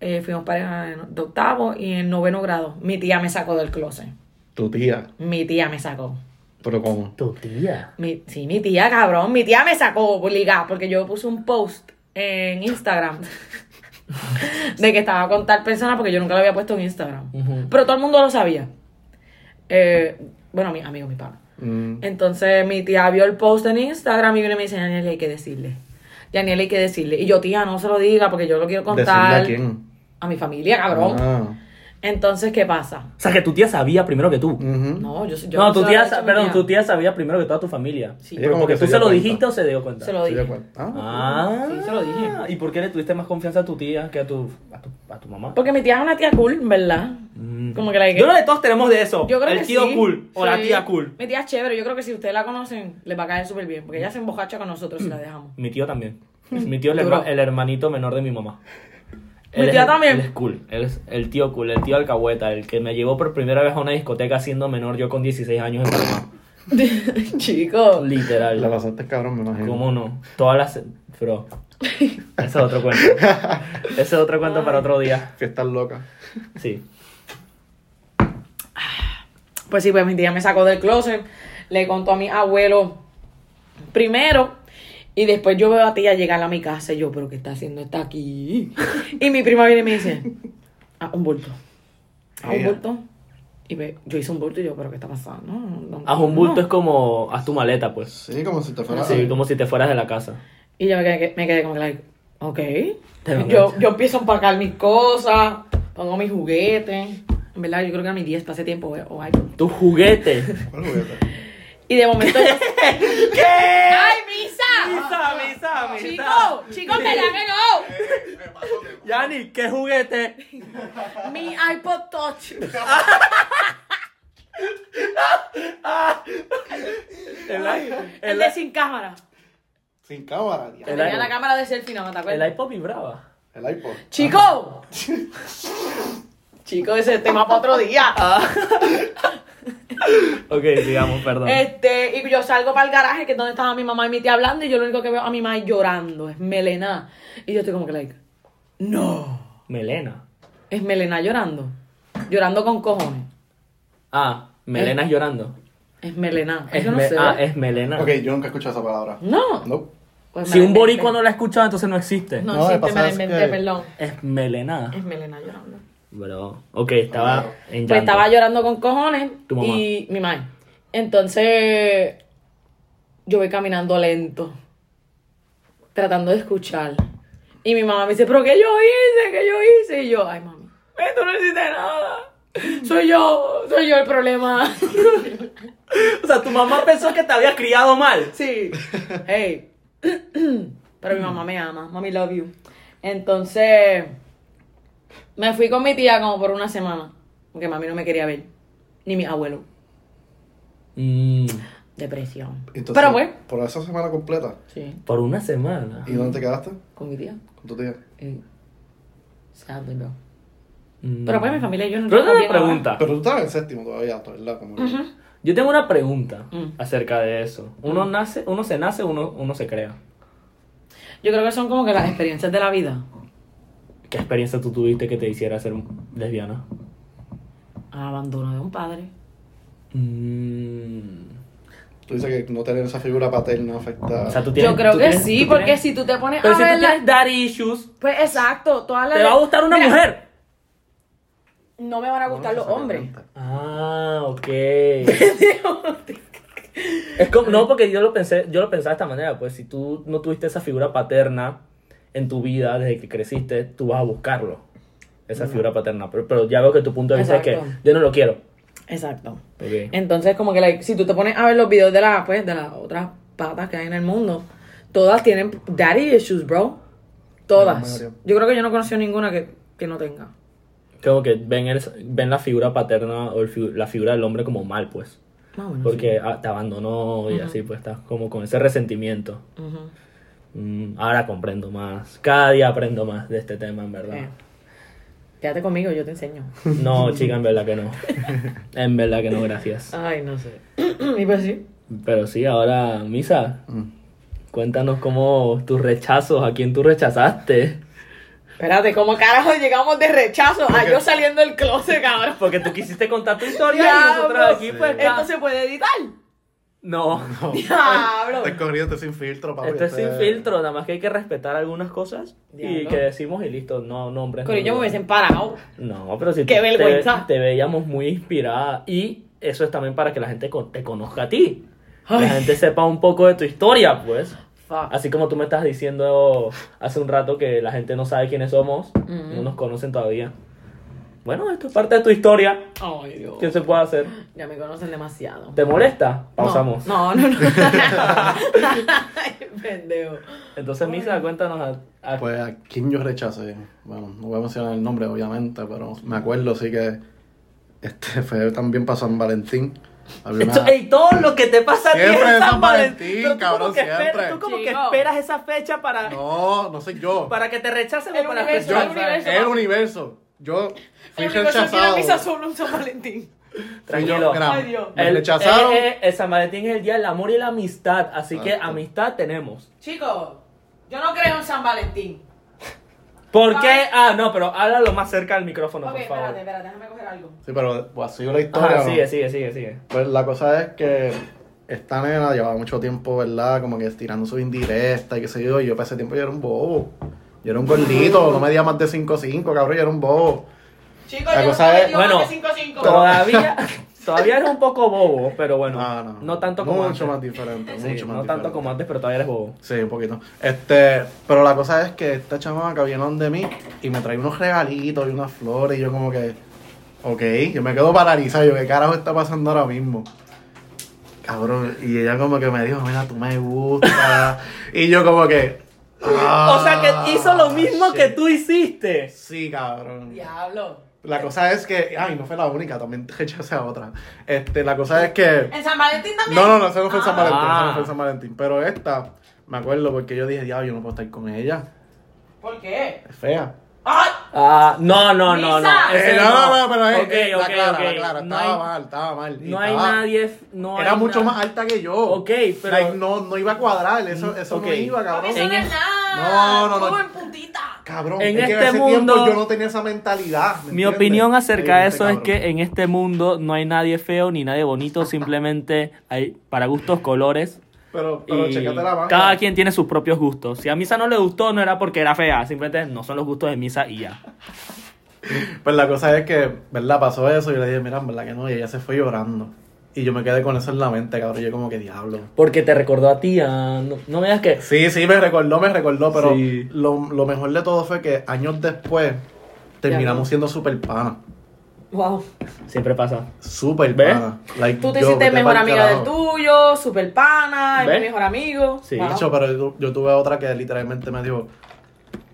Speaker 1: Eh, fuimos pareja en- de octavo y en noveno grado. Mi tía me sacó del closet.
Speaker 3: Tu tía,
Speaker 1: Mi tía me sacó.
Speaker 3: pero ¿cómo?
Speaker 2: Tu tía.
Speaker 1: Mi, sí, mi tía, cabrón. Mi tía me sacó obligada porque yo puse un post en Instagram de que estaba con tal persona porque yo nunca lo había puesto en Instagram.
Speaker 2: Ujú.
Speaker 1: Pero todo el mundo lo sabía. Eh, bueno, mi amigo, mi papá.
Speaker 3: Mm,
Speaker 1: Entonces mi tía vio el post en Instagram y viene y me dice, Daniela, hay que decirle. Daniela, hay que decirle. Y yo, tía, no se lo diga porque yo lo quiero
Speaker 3: ¿Decirle
Speaker 1: contar.
Speaker 3: a quién?
Speaker 1: A mi familia, cabrón.
Speaker 3: Ah,
Speaker 1: Entonces, ¿qué pasa?
Speaker 2: O sea, que tu tía sabía primero que tú.
Speaker 3: ujú.
Speaker 1: No, yo, yo
Speaker 2: No,
Speaker 1: se
Speaker 2: tu
Speaker 1: lo
Speaker 2: tía,
Speaker 1: había dicho a
Speaker 2: sa-
Speaker 1: mi
Speaker 2: perdón, tu tía sabía primero que toda tu familia.
Speaker 1: Sí.
Speaker 3: Ella como
Speaker 2: Porque
Speaker 3: que
Speaker 2: tú
Speaker 3: se
Speaker 2: se
Speaker 3: dio
Speaker 2: lo
Speaker 3: cuenta.
Speaker 2: dijiste o se dio cuenta.
Speaker 1: Se lo
Speaker 3: Sí,
Speaker 1: dije.
Speaker 3: de acuerdo. Ah,
Speaker 2: Ah.
Speaker 1: Sí, se lo dije.
Speaker 2: ¿Y por qué le tuviste más confianza a tu tía que a tu, a tu, a tu mamá? Mm.
Speaker 1: Porque mi tía es una tía cool, ¿verdad? Como que la
Speaker 2: Yo creo que todos tenemos de eso.
Speaker 1: Yo creo
Speaker 2: el
Speaker 1: que
Speaker 2: tío
Speaker 1: sí.
Speaker 2: cool o la
Speaker 1: Sí.
Speaker 2: tía cool.
Speaker 1: Mi tía es chévere, yo creo que si ustedes la conocen, les va a caer súper bien, porque ella se embojacha con nosotros si la dejamos.
Speaker 2: Mi tío también. Mi tío es el,
Speaker 1: Mm. Duro.
Speaker 2: herma- el hermanito menor de mi mamá.
Speaker 1: Mi
Speaker 2: Él es
Speaker 1: tía
Speaker 2: el-
Speaker 1: también.
Speaker 2: Él es cool. Él es el tío cool, el tío alcahueta, el que me llevó por primera vez a una discoteca siendo menor yo con 16 años en Panamá.
Speaker 1: Chico.
Speaker 2: Literal.
Speaker 3: La pasaste cabrón, me imagino.
Speaker 2: ¿Cómo no? Todas las. Bro. Ese es otro cuento. Ese es otro cuento para otro día.
Speaker 3: Fiestas locas.
Speaker 2: Sí.
Speaker 1: Pues sí, pues mi tía me sacó del closet, le contó a mi abuelo primero, y después yo veo a tía llegar a mi casa y yo, pero ¿qué está haciendo? Está aquí. Y mi prima viene y me dice, ah, un bulto. Ah, un
Speaker 3: Ella.
Speaker 1: bulto. Y ve, yo hice un bulto y yo, pero ¿qué está pasando? No, no,
Speaker 2: Haz un bulto
Speaker 1: no".
Speaker 2: es como. Haz tu maleta, pues.
Speaker 3: Sí, como si te fuera.
Speaker 2: Sí, como si te fueras de la casa.
Speaker 1: Y yo me quedé, me quedé como que, like, ok.
Speaker 2: Te lo
Speaker 1: Yo,
Speaker 2: mereces.
Speaker 1: yo empiezo a empacar mis cosas, pongo mis juguetes. En verdad, yo creo que a mis 10 pasé tiempo o o algo.
Speaker 2: Tu juguete.
Speaker 3: ¿Cuál voy a hacer?
Speaker 1: Y de momento yo...
Speaker 2: ¿Qué?
Speaker 1: ¡Ay, misa!
Speaker 2: Misa, misa, misa.
Speaker 1: Chicos, chicos, me la que
Speaker 2: Yani, ¿qué juguete?
Speaker 1: no. Mi iPod Touch. El de sin cámara.
Speaker 3: Sin cámara, diablo.
Speaker 2: El
Speaker 1: Tenía
Speaker 2: iPhone.
Speaker 1: la cámara de selfie, no te
Speaker 2: El
Speaker 1: acuerdas.
Speaker 2: iPod vibraba.
Speaker 3: El iPod.
Speaker 1: ¡Chico! Chico, ese tema para otro día.
Speaker 2: Ah. Ok, digamos, perdón.
Speaker 1: Este, y yo salgo para el garaje, que es donde estaba mi mamá y mi tía hablando, y yo lo único que veo a mi mamá llorando, es Melena. Y yo estoy como que like, no.
Speaker 2: Melena.
Speaker 1: Es Melena llorando. Llorando con cojones.
Speaker 2: Ah, Melena es llorando.
Speaker 1: Es Melena.
Speaker 2: Es
Speaker 1: Eso Eh. no
Speaker 2: me-
Speaker 1: sé.
Speaker 2: Ah, es Melena.
Speaker 3: Ok, yo nunca he escuchado esa palabra.
Speaker 1: No.
Speaker 3: No.
Speaker 1: Pues
Speaker 2: Si
Speaker 1: me la
Speaker 2: un boricua no
Speaker 1: inventé.
Speaker 2: la ha escuchado, entonces no existe.
Speaker 1: No,
Speaker 3: No,
Speaker 1: existe,
Speaker 3: lo que
Speaker 1: me la
Speaker 3: pasa es
Speaker 1: inventé,
Speaker 3: que-
Speaker 1: perdón.
Speaker 2: Es Melena.
Speaker 1: Es Melena llorando.
Speaker 2: Bro. Ok, estaba
Speaker 3: Claro.
Speaker 2: en llanto.
Speaker 1: Pues estaba llorando con cojones
Speaker 2: Tu mamá.
Speaker 1: y mi mamá. Entonces, yo voy caminando lento, tratando de escuchar. Y mi mamá me dice, ¿pero qué yo hice? ¿Qué yo hice? Y yo, ay, mami, eh, tú no hiciste nada. Soy yo, soy yo el problema.
Speaker 2: O sea, tu mamá pensó que te había criado mal.
Speaker 1: Sí. Hey. Pero mi mamá me ama. Mami, love you. Entonces, me fui con mi tía como por una semana. Porque mami no me quería ver. Ni mi abuelo. Mm. Depresión.
Speaker 3: Entonces,
Speaker 1: Pero pues.
Speaker 3: Por esa semana completa.
Speaker 1: Sí,
Speaker 2: por una semana.
Speaker 3: ¿Y dónde te quedaste?
Speaker 1: con mi tía.
Speaker 3: Con tu tía.
Speaker 1: Eh, sadly, bro.
Speaker 2: Mm.
Speaker 1: Pero pues mi familia y yo no
Speaker 2: Pero tengo una pregunta.
Speaker 3: Pero tú estabas en séptimo todavía, ¿verdad? Como que-
Speaker 2: Yo tengo una pregunta
Speaker 1: Mm.
Speaker 2: acerca de eso. Uno nace, uno se nace, uno, uno se crea.
Speaker 1: Yo creo que son como que las experiencias de la vida.
Speaker 2: ¿Qué experiencia tú tuviste que te hiciera ser lesbiana?
Speaker 1: Al abandono de un padre.
Speaker 2: Mm.
Speaker 3: Tú dices que no tener esa figura paterna afecta.
Speaker 2: O sea, tú tienes-
Speaker 1: yo creo
Speaker 2: tú
Speaker 1: que
Speaker 2: tienes-
Speaker 1: sí,
Speaker 2: tú
Speaker 1: porque
Speaker 2: tienes-
Speaker 1: si tú te pones
Speaker 2: Pero
Speaker 1: a
Speaker 2: si
Speaker 1: ver
Speaker 2: tú
Speaker 1: la-
Speaker 2: tienes daddy issues,
Speaker 1: Pues exacto, todas las...
Speaker 2: te va a gustar una
Speaker 1: Mira,
Speaker 2: mujer.
Speaker 1: No me van a
Speaker 3: No
Speaker 1: gustar los hombres.
Speaker 3: necesariamente.
Speaker 2: Ah, ok. es como, no, porque yo lo pensé, yo lo pensaba de esta manera, pues si tú no tuviste esa figura paterna en tu vida desde que creciste, tú vas a buscarlo. Esa figura paterna. Pero, pero ya veo que tu punto de vista es
Speaker 1: Mm. Exacto.
Speaker 2: que yo no lo quiero.
Speaker 1: Exacto.
Speaker 2: Ok.
Speaker 1: Entonces, como que like, si tú te pones a ver los videos de las pues, de las otras patas que hay en el mundo, todas tienen daddy issues, bro. Todas.
Speaker 3: La mayoría.
Speaker 1: Yo creo que yo no conocí a ninguna que, que no tenga.
Speaker 2: Como que ven, el- ven la figura paterna o el fi- la figura del hombre como mal, pues.
Speaker 1: Más o menos.
Speaker 2: Porque ah, te abandonó y así, pues estás como con ese resentimiento.
Speaker 1: Ujú.
Speaker 2: Mm, ahora comprendo más. Cada día aprendo más de este tema, en verdad.
Speaker 1: Eh. Quédate conmigo, yo te enseño.
Speaker 2: No, chica, en verdad que no. En verdad que no, gracias.
Speaker 1: Ay, no sé. y pues sí.
Speaker 2: Pero sí, ahora, Misa,
Speaker 3: Mm.
Speaker 2: cuéntanos cómo tus rechazos, a quién tú rechazaste.
Speaker 1: Espérate, ¿cómo carajo llegamos de rechazo a yo saliendo del closet, cabrón?
Speaker 2: Porque tú quisiste contar tu historia
Speaker 1: Ya,
Speaker 2: y nosotros
Speaker 1: bro.
Speaker 2: aquí, pues.
Speaker 3: Sí.
Speaker 2: ca-
Speaker 1: Esto se puede editar.
Speaker 2: No, no.
Speaker 1: Diablo.
Speaker 3: Te corrido, te sin filtro, papi. Este
Speaker 2: Esto es sin filtro, nada más que hay que respetar algunas cosas y
Speaker 1: Diablo.
Speaker 2: que decimos y listo, no nombres. no
Speaker 1: Corillo, me
Speaker 2: lugares.
Speaker 1: hubiesen parado.
Speaker 2: No, pero si
Speaker 1: ¡Qué
Speaker 2: te-
Speaker 1: vergüenza!
Speaker 2: Te, veíamos muy inspirada y eso es también para que la gente con- te conozca a ti. La
Speaker 1: Ay.
Speaker 2: gente sepa un poco de tu historia, pues.
Speaker 1: Fuck.
Speaker 2: Así como tú me estás diciendo hace un rato que la gente no sabe quiénes somos,
Speaker 1: Ujú.
Speaker 2: no nos conocen todavía. Bueno, esto es parte de tu historia.
Speaker 1: Ay, Dios.
Speaker 2: ¿Qué se puede hacer?
Speaker 1: Ya me conocen demasiado.
Speaker 2: ¿Te molesta?
Speaker 1: No,
Speaker 2: Pausamos.
Speaker 1: No, no, no. Ay, pendejo.
Speaker 2: Entonces, Misa, cuéntanos a, a-
Speaker 3: Pues a quién yo rechacé. Bueno, no voy a mencionar el nombre, obviamente, pero me acuerdo, sí que. Este fue también para San Valentín. Había
Speaker 2: Esto-
Speaker 3: una-
Speaker 2: ey, todo lo que te pasa a ti
Speaker 3: Siempre
Speaker 2: es
Speaker 3: es
Speaker 2: San
Speaker 3: San
Speaker 2: Valentín, pero tú como
Speaker 3: Valentín, cabrón,
Speaker 2: que esper-
Speaker 3: siempre.
Speaker 2: Tú como que
Speaker 1: Chico.
Speaker 2: esperas esa fecha para,
Speaker 3: No, no soy yo.
Speaker 2: para que te rechacen
Speaker 1: El
Speaker 2: o para
Speaker 1: universo,
Speaker 3: Yo-
Speaker 1: el
Speaker 2: rechazar.
Speaker 1: universo.
Speaker 3: el universo. Yo
Speaker 1: El
Speaker 3: fui
Speaker 1: único que tiene
Speaker 3: rechazado.
Speaker 1: misa solo un San Valentín.
Speaker 3: Fui yo,
Speaker 2: Tranquilo.
Speaker 3: mira,
Speaker 1: Ay, Dios.
Speaker 3: Me
Speaker 2: El-
Speaker 3: rechazaron. Ah,
Speaker 2: eh, eh, el San Valentín es el día del amor y la amistad, así que
Speaker 3: Exacto.
Speaker 2: amistad tenemos.
Speaker 1: Chicos, yo no creo en San Valentín.
Speaker 2: ¿Por qué?
Speaker 1: Ay.
Speaker 2: Ah, no, pero háblalo más cerca del micrófono,
Speaker 1: ok,
Speaker 2: por favor.
Speaker 1: espérate, espérate, déjame coger algo.
Speaker 3: Sí, pero pues, así la historia.
Speaker 2: Ajá,
Speaker 3: ¿no?
Speaker 2: sigue, sigue, sigue, sigue.
Speaker 3: Pues la cosa es que esta nena llevaba mucho tiempo, ¿verdad? Como que tirando su indirecta y qué sé yo. Y yo para ese tiempo yo era un bobo. Yo era un gordito, no medía más de 5'5, cabrón, yo era un bobo.
Speaker 1: Chicos,
Speaker 3: La
Speaker 1: yo
Speaker 3: cosa
Speaker 1: no
Speaker 3: es-
Speaker 1: soy Dios
Speaker 2: bueno,
Speaker 1: de 5-5.
Speaker 2: Todavía, todavía eres un poco bobo, pero bueno,
Speaker 3: No,
Speaker 2: no,
Speaker 3: Ah, no.
Speaker 2: tanto como
Speaker 3: Mucho más
Speaker 2: antes.
Speaker 3: diferente,
Speaker 2: Sí,
Speaker 3: mucho más
Speaker 2: no tanto
Speaker 3: diferente.
Speaker 2: como antes, pero todavía eres bobo.
Speaker 3: Sí, un poquito. Este, pero la cosa es que esta chamaca vino de mí y me traía unos regalitos y unas flores y yo como que, ok, yo me quedo paralizado, yo qué carajo está pasando ahora mismo. Cabrón, y ella como que me dijo, mira, tú me gustas. y yo como que...
Speaker 2: o sea que hizo lo mismo
Speaker 3: "Ah,
Speaker 2: que
Speaker 3: shit".
Speaker 2: tú hiciste.
Speaker 3: Sí, cabrón.
Speaker 1: Diablo.
Speaker 3: La cosa es que, ay, no fue la única, también rechacé a otra. Este, la cosa es que.
Speaker 1: ¿En San Valentín también?
Speaker 3: No, no, no, eso no fue en San
Speaker 1: Ah.
Speaker 3: Valentín, eso
Speaker 2: Ah.
Speaker 3: no fue en San Valentín. Pero esta, me acuerdo porque yo dije, diablo, yo no puedo estar con ella.
Speaker 1: ¿Por qué?
Speaker 3: Es fea.
Speaker 1: ¡Ay!
Speaker 2: Ah, no, no, no, Ah, no.
Speaker 1: Lisa.
Speaker 2: ese
Speaker 3: Eh, no, no, no, pero es.
Speaker 2: Ok,
Speaker 3: es- la
Speaker 2: ok,
Speaker 3: clara,
Speaker 2: ok.
Speaker 3: la clara.
Speaker 2: No
Speaker 3: Estaba
Speaker 2: hay-
Speaker 3: mal, estaba mal. y
Speaker 2: No hay
Speaker 3: estaba-
Speaker 2: nadie. No
Speaker 3: Era
Speaker 2: hay
Speaker 3: mucho
Speaker 2: na-
Speaker 3: más alta que yo.
Speaker 2: Ok, pero- Mm,
Speaker 3: Like, no, no iba a cuadrar, eso, eso
Speaker 2: ok.
Speaker 3: no iba,
Speaker 1: Papi,
Speaker 3: cabrón.
Speaker 1: eso no
Speaker 2: En
Speaker 1: es
Speaker 2: el-
Speaker 1: nada.
Speaker 3: No, no, no.
Speaker 1: Todo en puntita.
Speaker 3: Cabrón,
Speaker 2: En
Speaker 3: es que en
Speaker 2: este
Speaker 3: ese
Speaker 2: mundo-
Speaker 3: tiempo yo no tenía esa mentalidad. ¿me
Speaker 2: Mi
Speaker 3: entiendes?
Speaker 2: opinión acerca
Speaker 3: Sí,
Speaker 2: de
Speaker 3: este
Speaker 2: eso es
Speaker 3: cabrón.
Speaker 2: que en este mundo no hay nadie feo ni nadie bonito, simplemente hay para gustos colores.
Speaker 3: Pero, pero
Speaker 2: y
Speaker 3: checate la manga.
Speaker 2: cada quien tiene sus propios gustos. Si a Misa no le gustó, no era porque era fea, simplemente no son los gustos de Misa y ya.
Speaker 3: Pues la cosa es que, ¿verdad? Pasó eso y yo le dije, mira, en verdad que no, y ella se fue llorando. Y yo me quedé con eso en la mente, cabrón. Yo como que diablo.
Speaker 2: Porque te recordó a ti, ah, no, no me digas que...
Speaker 3: Sí, sí, me recordó, me recordó, pero
Speaker 2: Sí.
Speaker 3: lo, lo mejor de todo fue que años después terminamos
Speaker 2: no.
Speaker 3: siendo super panas.
Speaker 1: Wow.
Speaker 2: Siempre pasa.
Speaker 3: Super
Speaker 2: ¿Ves?
Speaker 3: panas. Like,
Speaker 1: Tú te
Speaker 3: yo,
Speaker 1: hiciste
Speaker 3: vete
Speaker 1: mejor
Speaker 3: pa'l
Speaker 1: amiga
Speaker 3: carajo.
Speaker 1: del tuyo, super pana, es
Speaker 2: ¿Ves?
Speaker 1: mi mejor amigo.
Speaker 2: Sí.
Speaker 3: De hecho, pero yo, yo tuve otra que literalmente me dijo,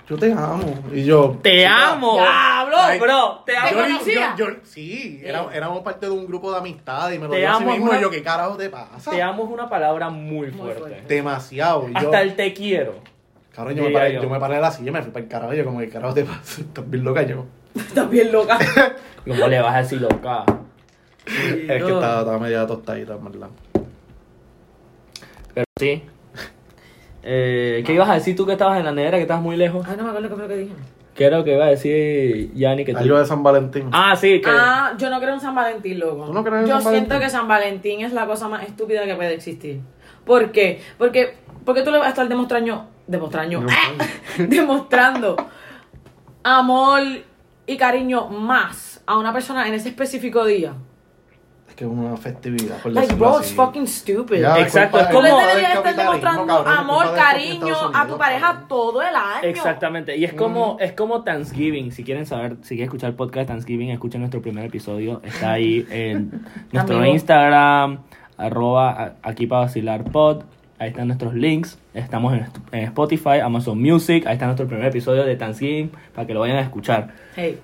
Speaker 3: yo te amo. Y yo...
Speaker 2: ¡Te
Speaker 3: "Chica,
Speaker 2: amo!
Speaker 1: Diablo,
Speaker 2: Ay, bro! ¡Te
Speaker 3: Yo,
Speaker 2: amo!
Speaker 1: Yo- conocía?
Speaker 3: yo- yo- sí, era- éramos parte de un grupo de amistad y me lo
Speaker 2: Te
Speaker 3: dio así
Speaker 2: amo,
Speaker 3: mismo.
Speaker 2: una-
Speaker 3: y Yo, ¿qué carajo te pasa?
Speaker 2: Te amo es una palabra muy
Speaker 1: Muy
Speaker 2: fuerte.
Speaker 1: fuerte.
Speaker 3: Demasiado. Y yo,
Speaker 2: Hasta el te quiero.
Speaker 3: cabrón, yo, me
Speaker 2: Diría
Speaker 3: paré,
Speaker 2: yo.
Speaker 3: yo. me paré de la silla y me fui para el carajo. Y yo, como, ¿qué carajo te pasa? Estás bien loca yo.
Speaker 1: Estás bien loca.
Speaker 2: ¿Cómo le vas a decir loca?
Speaker 3: Es que estaba, estaba media tostadita, en verdad.
Speaker 2: Pero sí. Eh, ¿Qué ibas a decir tú que estabas en la nevera, que estabas muy lejos?
Speaker 1: Ay, no me acuerdo qué fue lo que dije.
Speaker 2: ¿Qué era lo que iba a decir Yanni que tú-
Speaker 3: Algo de San Valentín.
Speaker 2: Ah, sí, que...
Speaker 1: Ah, yo no creo en San Valentín, loco.
Speaker 3: ¿Tú no crees en
Speaker 1: yo
Speaker 3: San
Speaker 1: siento
Speaker 3: Valentín?
Speaker 1: que San Valentín es la cosa más estúpida que puede existir. ¿Por qué? Porque, porque tú le vas a estar demostrando, demostrando, demostrando amor y cariño más a una persona en ese específico día.
Speaker 3: Es que es una festividad, por
Speaker 1: Like,
Speaker 3: decirlo
Speaker 1: bro,
Speaker 3: así.
Speaker 1: it's fucking stupid.
Speaker 3: Ya,
Speaker 2: Exacto,
Speaker 3: culpa-
Speaker 2: es
Speaker 1: Tú le
Speaker 2: como-
Speaker 3: culpa del
Speaker 1: deberías estar
Speaker 3: capitalismo,
Speaker 1: demostrando
Speaker 3: cabrón, culpa
Speaker 1: amor,
Speaker 3: de fucking
Speaker 1: cariño
Speaker 3: Estados
Speaker 1: a
Speaker 3: Unidos,
Speaker 1: tu pareja
Speaker 3: cabrón.
Speaker 1: todo el año.
Speaker 2: Exactamente. Y es como, es como Thanksgiving. Si quieren saber, si quieren escuchar el podcast de Thanksgiving, escuchen nuestro primer episodio. Está ahí en nuestro
Speaker 1: Amigo.
Speaker 2: Instagram, arroba a- aquí para vacilar pod. Ahí están nuestros links. Estamos en, en Spotify, Amazon Music. Ahí está nuestro primer episodio de Thanksgiving para que lo vayan a escuchar.
Speaker 1: Hey,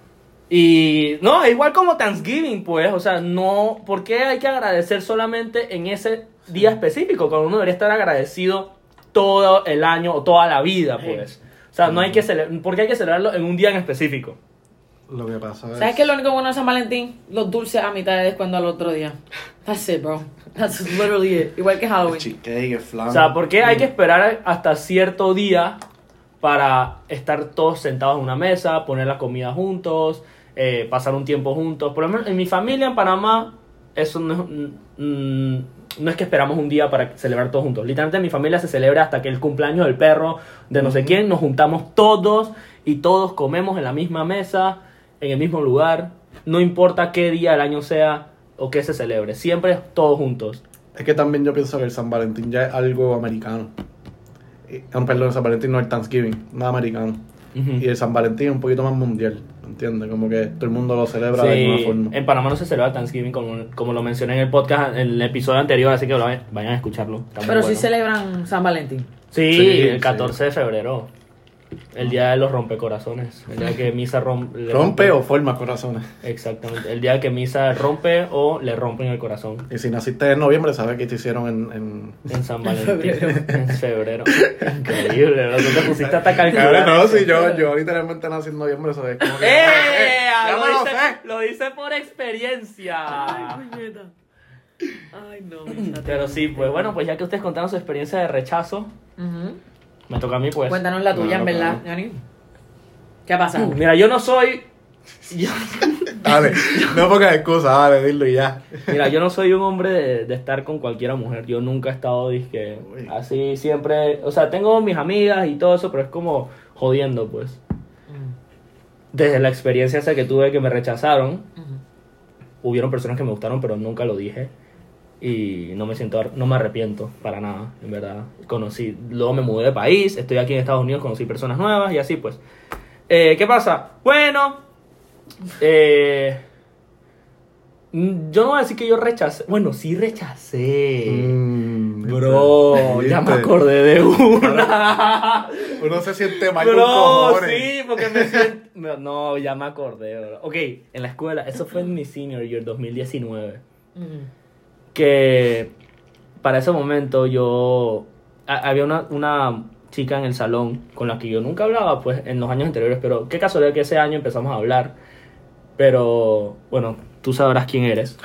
Speaker 2: Y no, igual como Thanksgiving, pues, o sea, no, ¿por qué hay que agradecer solamente en ese día específico? Cuando uno debería estar agradecido todo el año o toda la vida, pues. O sea, no hay que celebrar, ¿por qué hay que celebrarlo en un día en específico?
Speaker 3: Lo que pasa es...
Speaker 2: Pues,
Speaker 1: ¿sabes qué es lo único bueno de San Valentín? Los dulces a mitad de descuento al otro día. That's it, bro. That's literally it. Igual que
Speaker 3: El
Speaker 1: Halloween.
Speaker 3: cheesecake, el flan.
Speaker 2: O sea, ¿por qué hay que esperar hasta cierto día para estar todos sentados en una mesa, poner la comida juntos, eh, pasar un tiempo juntos? Por lo menos en mi familia en Panamá, eso no es, mm, no es que esperamos un día para celebrar todos juntos. Literalmente en mi familia se celebra hasta que el cumpleaños del perro, de no sé quién, nos juntamos todos y todos comemos en la misma mesa, en el mismo lugar, no importa qué día del año sea o qué se celebre, siempre todos juntos.
Speaker 3: Es que también yo pienso que el San Valentín ya es algo americano. Y- no, perdón, el San Valentín no el Thanksgiving, nada americano.
Speaker 2: Ujú.
Speaker 3: Y el San Valentín es un poquito más mundial, ¿entiendes? Como que todo el mundo lo celebra de alguna
Speaker 2: Sí,
Speaker 3: forma.
Speaker 2: en Panamá no se celebra Thanksgiving como, como lo mencioné en el podcast, en el episodio anterior, así que lo vayan vayan a escucharlo. está muy
Speaker 1: Pero sí
Speaker 2: bueno.
Speaker 1: celebran San Valentín.
Speaker 2: Sí,
Speaker 3: Sí,
Speaker 2: el 14 de febrero, el día de los rompecorazones, el día que Misa rom- le
Speaker 3: Rompe o forma corazones.
Speaker 2: Exactamente, el día que Misa rompe o le rompen el corazón
Speaker 3: Y si naciste en noviembre, sabes que te hicieron en. en...
Speaker 2: en San Valentín, en febrero. Increíble, bro, tú te pusiste hasta calcular.
Speaker 3: Cabrón, no, si yo, yo literalmente nací en noviembre, sabes como que-
Speaker 2: ¡Eh!
Speaker 3: Ya me
Speaker 2: Lo
Speaker 3: lo
Speaker 2: dice,
Speaker 3: sé.
Speaker 2: lo dice por experiencia.
Speaker 1: puñeta. Ay, no.
Speaker 2: Ah. Pero sí, pues bueno, pues ya que ustedes contaron su experiencia de rechazo, me toca a mí pues. Uh,
Speaker 1: Cuéntanos la tuya, en
Speaker 3: No, no,
Speaker 1: verdad,
Speaker 3: no.
Speaker 1: Johnny. ¿Qué ha pasado?
Speaker 2: Mira, yo no soy. yo-
Speaker 3: Dale, no pongas excusas, dale, dilo y ya.
Speaker 2: mira, yo no soy un hombre de, de estar con cualquiera mujer. Yo nunca he estado disque,
Speaker 3: Uy.
Speaker 2: así siempre. O sea, tengo mis amigas y todo eso, pero es como jodiendo, pues. Desde la experiencia esa que tuve que me rechazaron, hubieron personas que me gustaron, pero nunca lo dije. Y no me siento, ar- no me arrepiento para nada, en verdad. Conocí, luego me mudé de país, estoy aquí en Estados Unidos, conocí personas nuevas y así pues. Eh, ¿Qué pasa? Bueno, eh, mm, yo no voy a decir que yo rechacé. Bueno, sí rechacé.
Speaker 3: Mm. ¿entendiste?
Speaker 2: Bro, ya me
Speaker 3: ¿Viste?
Speaker 2: acordé de una.
Speaker 3: Uno se siente mal con
Speaker 2: Bro,
Speaker 3: cojones.
Speaker 2: sí, porque me siento. No, no, ya me acordé, bro. Ok, en la escuela, eso fue en mi senior year 2019. Que para ese momento yo. ha- había una, una chica en el salón con la que yo nunca hablaba, pues en los años anteriores, pero qué casualidad que ese año empezamos a hablar. Pero bueno, tú sabrás quién eres.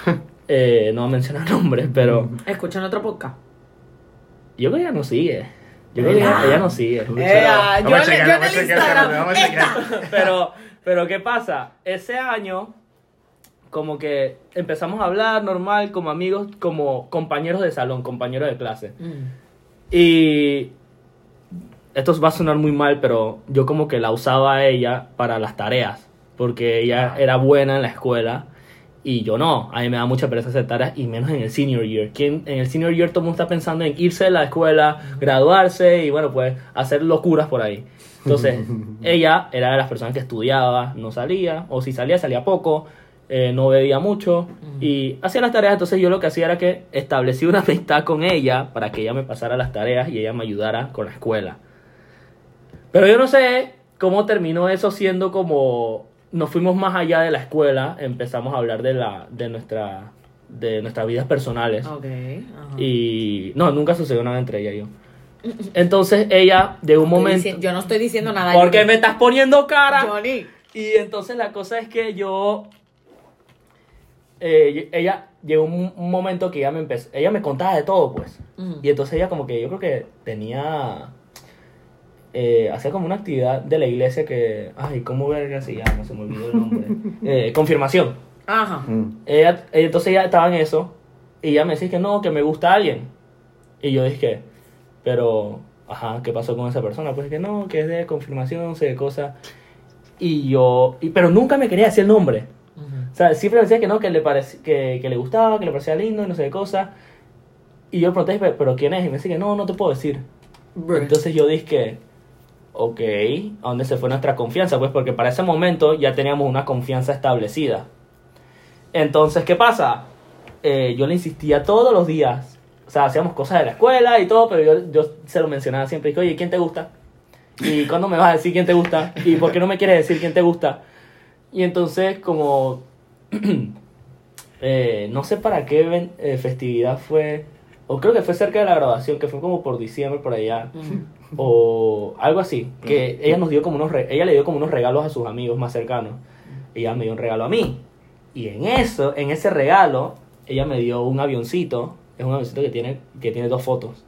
Speaker 2: Eh, no voy a mencionar nombres, pero
Speaker 1: Escuchan otro podcast.
Speaker 2: yo creo que ella nos sigue. Yo creo que ella, ella nos sigue.
Speaker 1: Eh, ah, yo
Speaker 3: Vamos a
Speaker 1: en- yo
Speaker 3: chequear,
Speaker 1: en
Speaker 3: vamos a
Speaker 1: el
Speaker 3: chequear,
Speaker 1: Instagram,
Speaker 3: vamos a chequear.
Speaker 2: pero, pero ¿qué pasa? Ese año, como que empezamos a hablar normal, como amigos, como compañeros de salón, compañeros de clase. Y esto va a sonar muy mal, pero yo como que la usaba a ella para las tareas, porque ella era buena en la escuela y yo no. A mí me da mucha pereza hacer tareas y menos en el senior year. ¿Quién, en el senior year todo el mundo está pensando en irse de la escuela, graduarse y bueno, pues hacer locuras por ahí. Entonces, ella era de las personas que estudiaba, no salía, o si salía, salía poco, eh, no bebía mucho y hacía las tareas. Entonces, yo lo que hacía era que establecí una amistad con ella para que ella me pasara las tareas y ella me ayudara con la escuela. Pero yo no sé cómo terminó eso siendo como nos fuimos más allá de la escuela, empezamos a hablar de la de nuestra de nuestras vidas personales
Speaker 1: Ok. ajá.
Speaker 2: y no, nunca sucedió nada entre ella y yo. Entonces ella de un
Speaker 1: Estoy
Speaker 2: momento
Speaker 1: dici- yo no estoy diciendo nada.
Speaker 2: porque
Speaker 1: Johnny.
Speaker 2: me estás poniendo cara.
Speaker 1: Johnny.
Speaker 2: Y entonces la cosa es que yo. eh, ella llegó un, un momento que ella me empezó. Ella me contaba de todo, pues.
Speaker 1: Ujú.
Speaker 2: Y entonces ella, como que yo creo que tenía. eh, hacía como una actividad de la iglesia que. Ay, ¿cómo verga se llama? Se me olvidó el nombre. Eh, confirmación.
Speaker 1: Ajá.
Speaker 3: Mm.
Speaker 2: Ella, ella- entonces ella estaba en eso. Y ella me decía que no, que me gusta alguien. Y yo dije, pero, ajá, ¿qué pasó con esa persona? Pues que no, que es de confirmación, no sé de cosas. Y yo, y- pero nunca me quería decir el nombre.
Speaker 1: Ujú.
Speaker 2: O sea, siempre me decía que no, que le, parec- que, que le gustaba, que le parecía lindo y no sé de cosas. Y yo le pregunté, "Pero- pero ¿quién es? Y me decía que no, no te puedo decir. Entonces yo dije, ok, ¿a dónde se fue nuestra confianza? Pues porque para ese momento ya teníamos una confianza establecida. Entonces, ¿qué pasa? Eh, yo le insistía todos los días. O sea, hacíamos cosas de la escuela y todo, pero yo, yo se lo mencionaba siempre. Dije, oye, ¿quién te gusta? ¿Y cuándo me vas a decir quién te gusta? ¿Y por qué no me quieres decir quién te gusta? Y entonces, como... eh, no sé para qué ven- eh, festividad fue... O creo que fue cerca de la graduación, que fue como por diciembre, por allá
Speaker 1: Ujú.
Speaker 2: o algo así que ella nos dio como unos re- ella le dio como unos regalos a sus amigos más cercanos ella me dio un regalo a mí y en eso en ese regalo ella me dio un avioncito es un avioncito que tiene que tiene dos fotos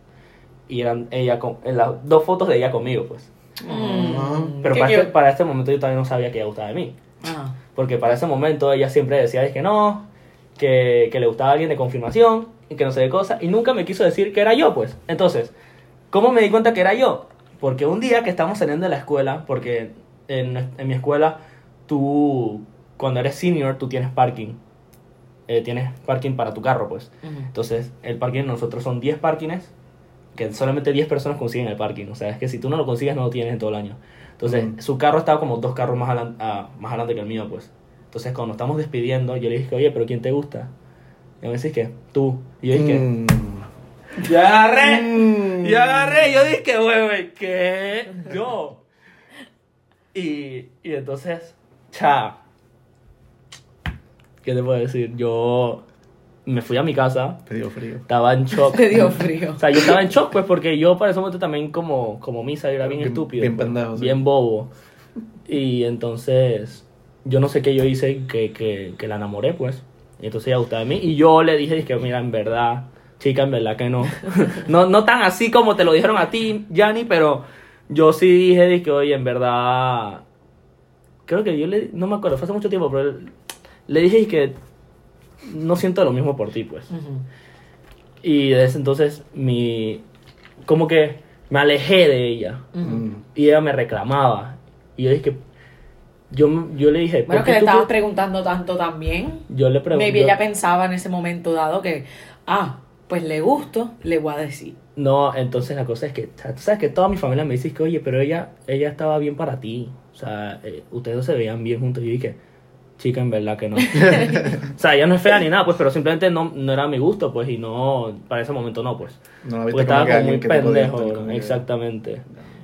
Speaker 2: y eran ella con en las dos fotos de ella conmigo pues
Speaker 1: Mm.
Speaker 2: pero
Speaker 1: Qué
Speaker 2: para este,
Speaker 1: cute.
Speaker 2: para este momento yo todavía no sabía que ella gustaba de mí
Speaker 1: Ajá.
Speaker 2: porque para ese momento ella siempre decía es que no que, que le gustaba alguien de confirmación y que no sé de cosas y nunca me quiso decir que era yo pues entonces ¿Cómo me di cuenta que era yo? Porque un día que estamos saliendo de la escuela, porque en, en mi escuela tú, cuando eres senior, tú tienes parking. Eh, tienes parking para tu carro, pues.
Speaker 1: Ujú.
Speaker 2: Entonces, el parking de nosotros son 10 parkings, que solamente 10 personas consiguen el parking. O sea, es que si tú no lo consigues, no lo tienes en todo el año. Entonces,
Speaker 3: Ujú.
Speaker 2: su carro estaba como dos carros más, adelan- ah, más adelante que el mío, pues. Entonces, cuando nos estamos despidiendo, yo le dije, oye, pero ¿quién te gusta? Y me decís que tú. Y yo dije,
Speaker 3: Mm.
Speaker 2: yo agarré.
Speaker 3: Mm.
Speaker 2: Y agarré, yo dije, wey, wey, ¿qué? Yo. Y, y entonces, cha. ¿Qué te puedo decir? Yo me fui a mi casa,
Speaker 3: Te dio frío.
Speaker 2: estaba en shock.
Speaker 1: Te dio
Speaker 2: O
Speaker 1: frío.
Speaker 2: sea, yo estaba en shock, pues, porque yo para ese momento también, como, como misa, yo era bien,
Speaker 3: Bien-
Speaker 2: estúpido.
Speaker 3: bien
Speaker 2: pues,
Speaker 3: pendejo, sí.
Speaker 2: Bien bobo. Y entonces, yo no sé qué yo hice que, que, que la enamoré, pues. Y entonces ella gustaba de mí. Y yo le dije, dije, mira, en verdad, chica, en verdad que no. no, no tan así como te lo dijeron a ti, Yanni, pero yo sí dije, dije, oye, en verdad. Creo que yo le. No me acuerdo, fue hace mucho tiempo, pero le dije que no siento lo mismo por ti, pues.
Speaker 1: Ujú.
Speaker 2: Y desde entonces mi... Como que me alejé de ella.
Speaker 1: Ujú.
Speaker 3: Mm.
Speaker 2: Y ella me reclamaba. Y yo dije... Yo, yo le dije...
Speaker 1: Bueno,
Speaker 2: ¿por
Speaker 1: que
Speaker 2: qué
Speaker 1: le
Speaker 2: tú
Speaker 1: estabas
Speaker 2: pre-
Speaker 1: preguntando tanto también.
Speaker 2: Yo le pregunté...
Speaker 1: Maybe ella pensaba en ese momento dado que, ah, pues le gusto, le voy a decir.
Speaker 2: No, entonces la cosa es que... o sea, Tú sabes que toda mi familia me dice que, oye, pero ella, ella estaba bien para ti. O sea, eh, ustedes no se veían bien juntos. Y yo dije... chica en verdad que no. o sea, ella no es fea ni nada, pues, pero simplemente no, no era a mi gusto, pues, y no, para ese momento no, pues.
Speaker 3: No la
Speaker 2: Porque
Speaker 3: viste como
Speaker 2: estaba
Speaker 3: que
Speaker 2: como
Speaker 3: alguien
Speaker 2: muy
Speaker 3: que te podía
Speaker 2: pendejo,
Speaker 3: estar como que-
Speaker 2: exactamente.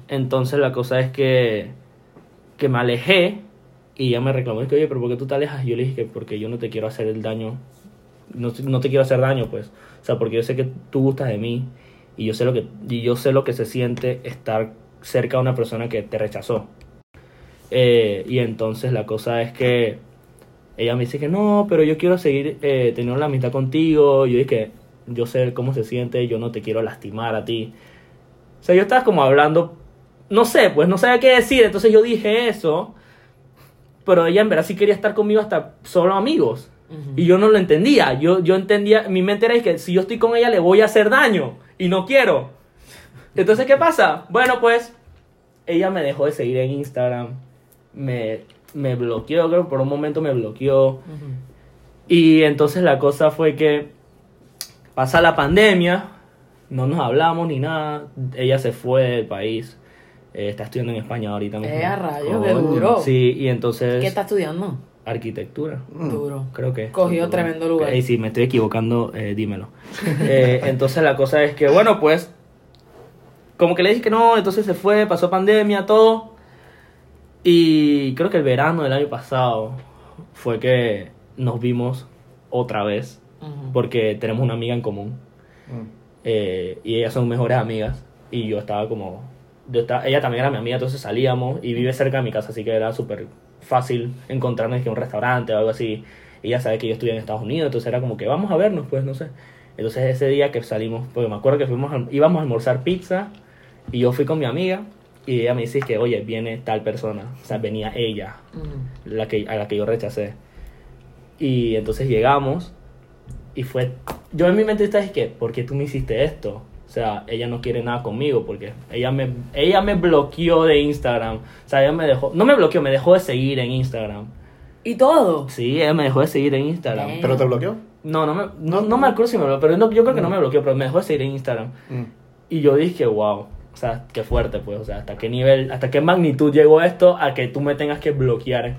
Speaker 2: Entonces la cosa es que, que me alejé y ella me reclamó, es que, oye, pero ¿por qué tú te alejas? Y yo le dije que porque yo no te quiero hacer el daño, no, te- no te quiero hacer daño, pues. O sea, porque yo sé que tú gustas de mí y yo sé lo que, y yo sé lo que se siente estar cerca de una persona que te rechazó. Eh, y entonces la cosa es que ella me dice que no, pero yo quiero seguir eh, teniendo la amistad contigo. Yo dije, yo sé cómo se siente, yo no te quiero lastimar a ti. O sea, yo estaba como hablando, no sé, pues no sabía qué decir. Entonces yo dije eso, pero ella en verdad sí quería estar conmigo hasta solo amigos. Y yo no lo entendía. Yo, yo entendía, mi mente era que si yo estoy con ella le voy a hacer daño y no quiero. Entonces, ¿qué pasa? Bueno, pues ella me dejó de seguir en Instagram. Me, me bloqueó, creo, por un momento me bloqueó. Y entonces la cosa fue que pasa la pandemia, no nos hablamos ni nada. Ella se fue del país. eh, está estudiando en España ahorita mismo.
Speaker 1: Eh, a rayo,
Speaker 3: Coño.
Speaker 1: qué duro.
Speaker 2: Sí, y entonces...
Speaker 1: ¿Qué está estudiando?
Speaker 2: Arquitectura.
Speaker 1: Duro.
Speaker 2: Creo que.
Speaker 1: Cogió tremendo lugar.
Speaker 2: Y si me estoy equivocando, eh, dímelo. Eh, entonces la cosa es que, bueno, pues, como que le dije que no, entonces se fue, pasó pandemia, todo. Y creo que el verano del año pasado fue que nos vimos otra vez,
Speaker 1: Ujú.
Speaker 2: porque tenemos una amiga en común.
Speaker 3: Mm.
Speaker 2: eh, y ellas son mejores amigas. Y yo estaba como... Yo estaba, ella también era mi amiga, entonces salíamos y vive cerca de mi casa, así que era súper fácil encontrarnos en un restaurante o algo así. Ella sabe que yo estudié en Estados Unidos, entonces era como que vamos a vernos, pues no sé. Entonces ese día que salimos, porque me acuerdo que fuimos a- íbamos a almorzar pizza y yo fui con mi amiga y ella me dice que, oye, viene tal persona, o sea, venía ella,
Speaker 1: Ujú.
Speaker 2: la que, a la que yo rechacé. Y entonces llegamos y fue... Yo en mi mente estaba es que, ¿por qué tú me hiciste esto? O sea, ella no quiere nada conmigo porque ella me, ella me bloqueó de Instagram. O sea, ella me dejó... No me bloqueó, me dejó de seguir en Instagram.
Speaker 1: ¿Y todo?
Speaker 2: Sí, ella me dejó de seguir en Instagram.
Speaker 1: Eh.
Speaker 3: ¿Pero te bloqueó?
Speaker 2: No, no me, no, no me acuerdo si me bloqueó, pero no- yo creo que no me bloqueó, pero me dejó de seguir en Instagram.
Speaker 3: Mm.
Speaker 2: Y yo dije, wow, o sea, qué fuerte, pues, o sea, hasta qué nivel, hasta qué magnitud llegó esto a que tú me tengas que bloquear,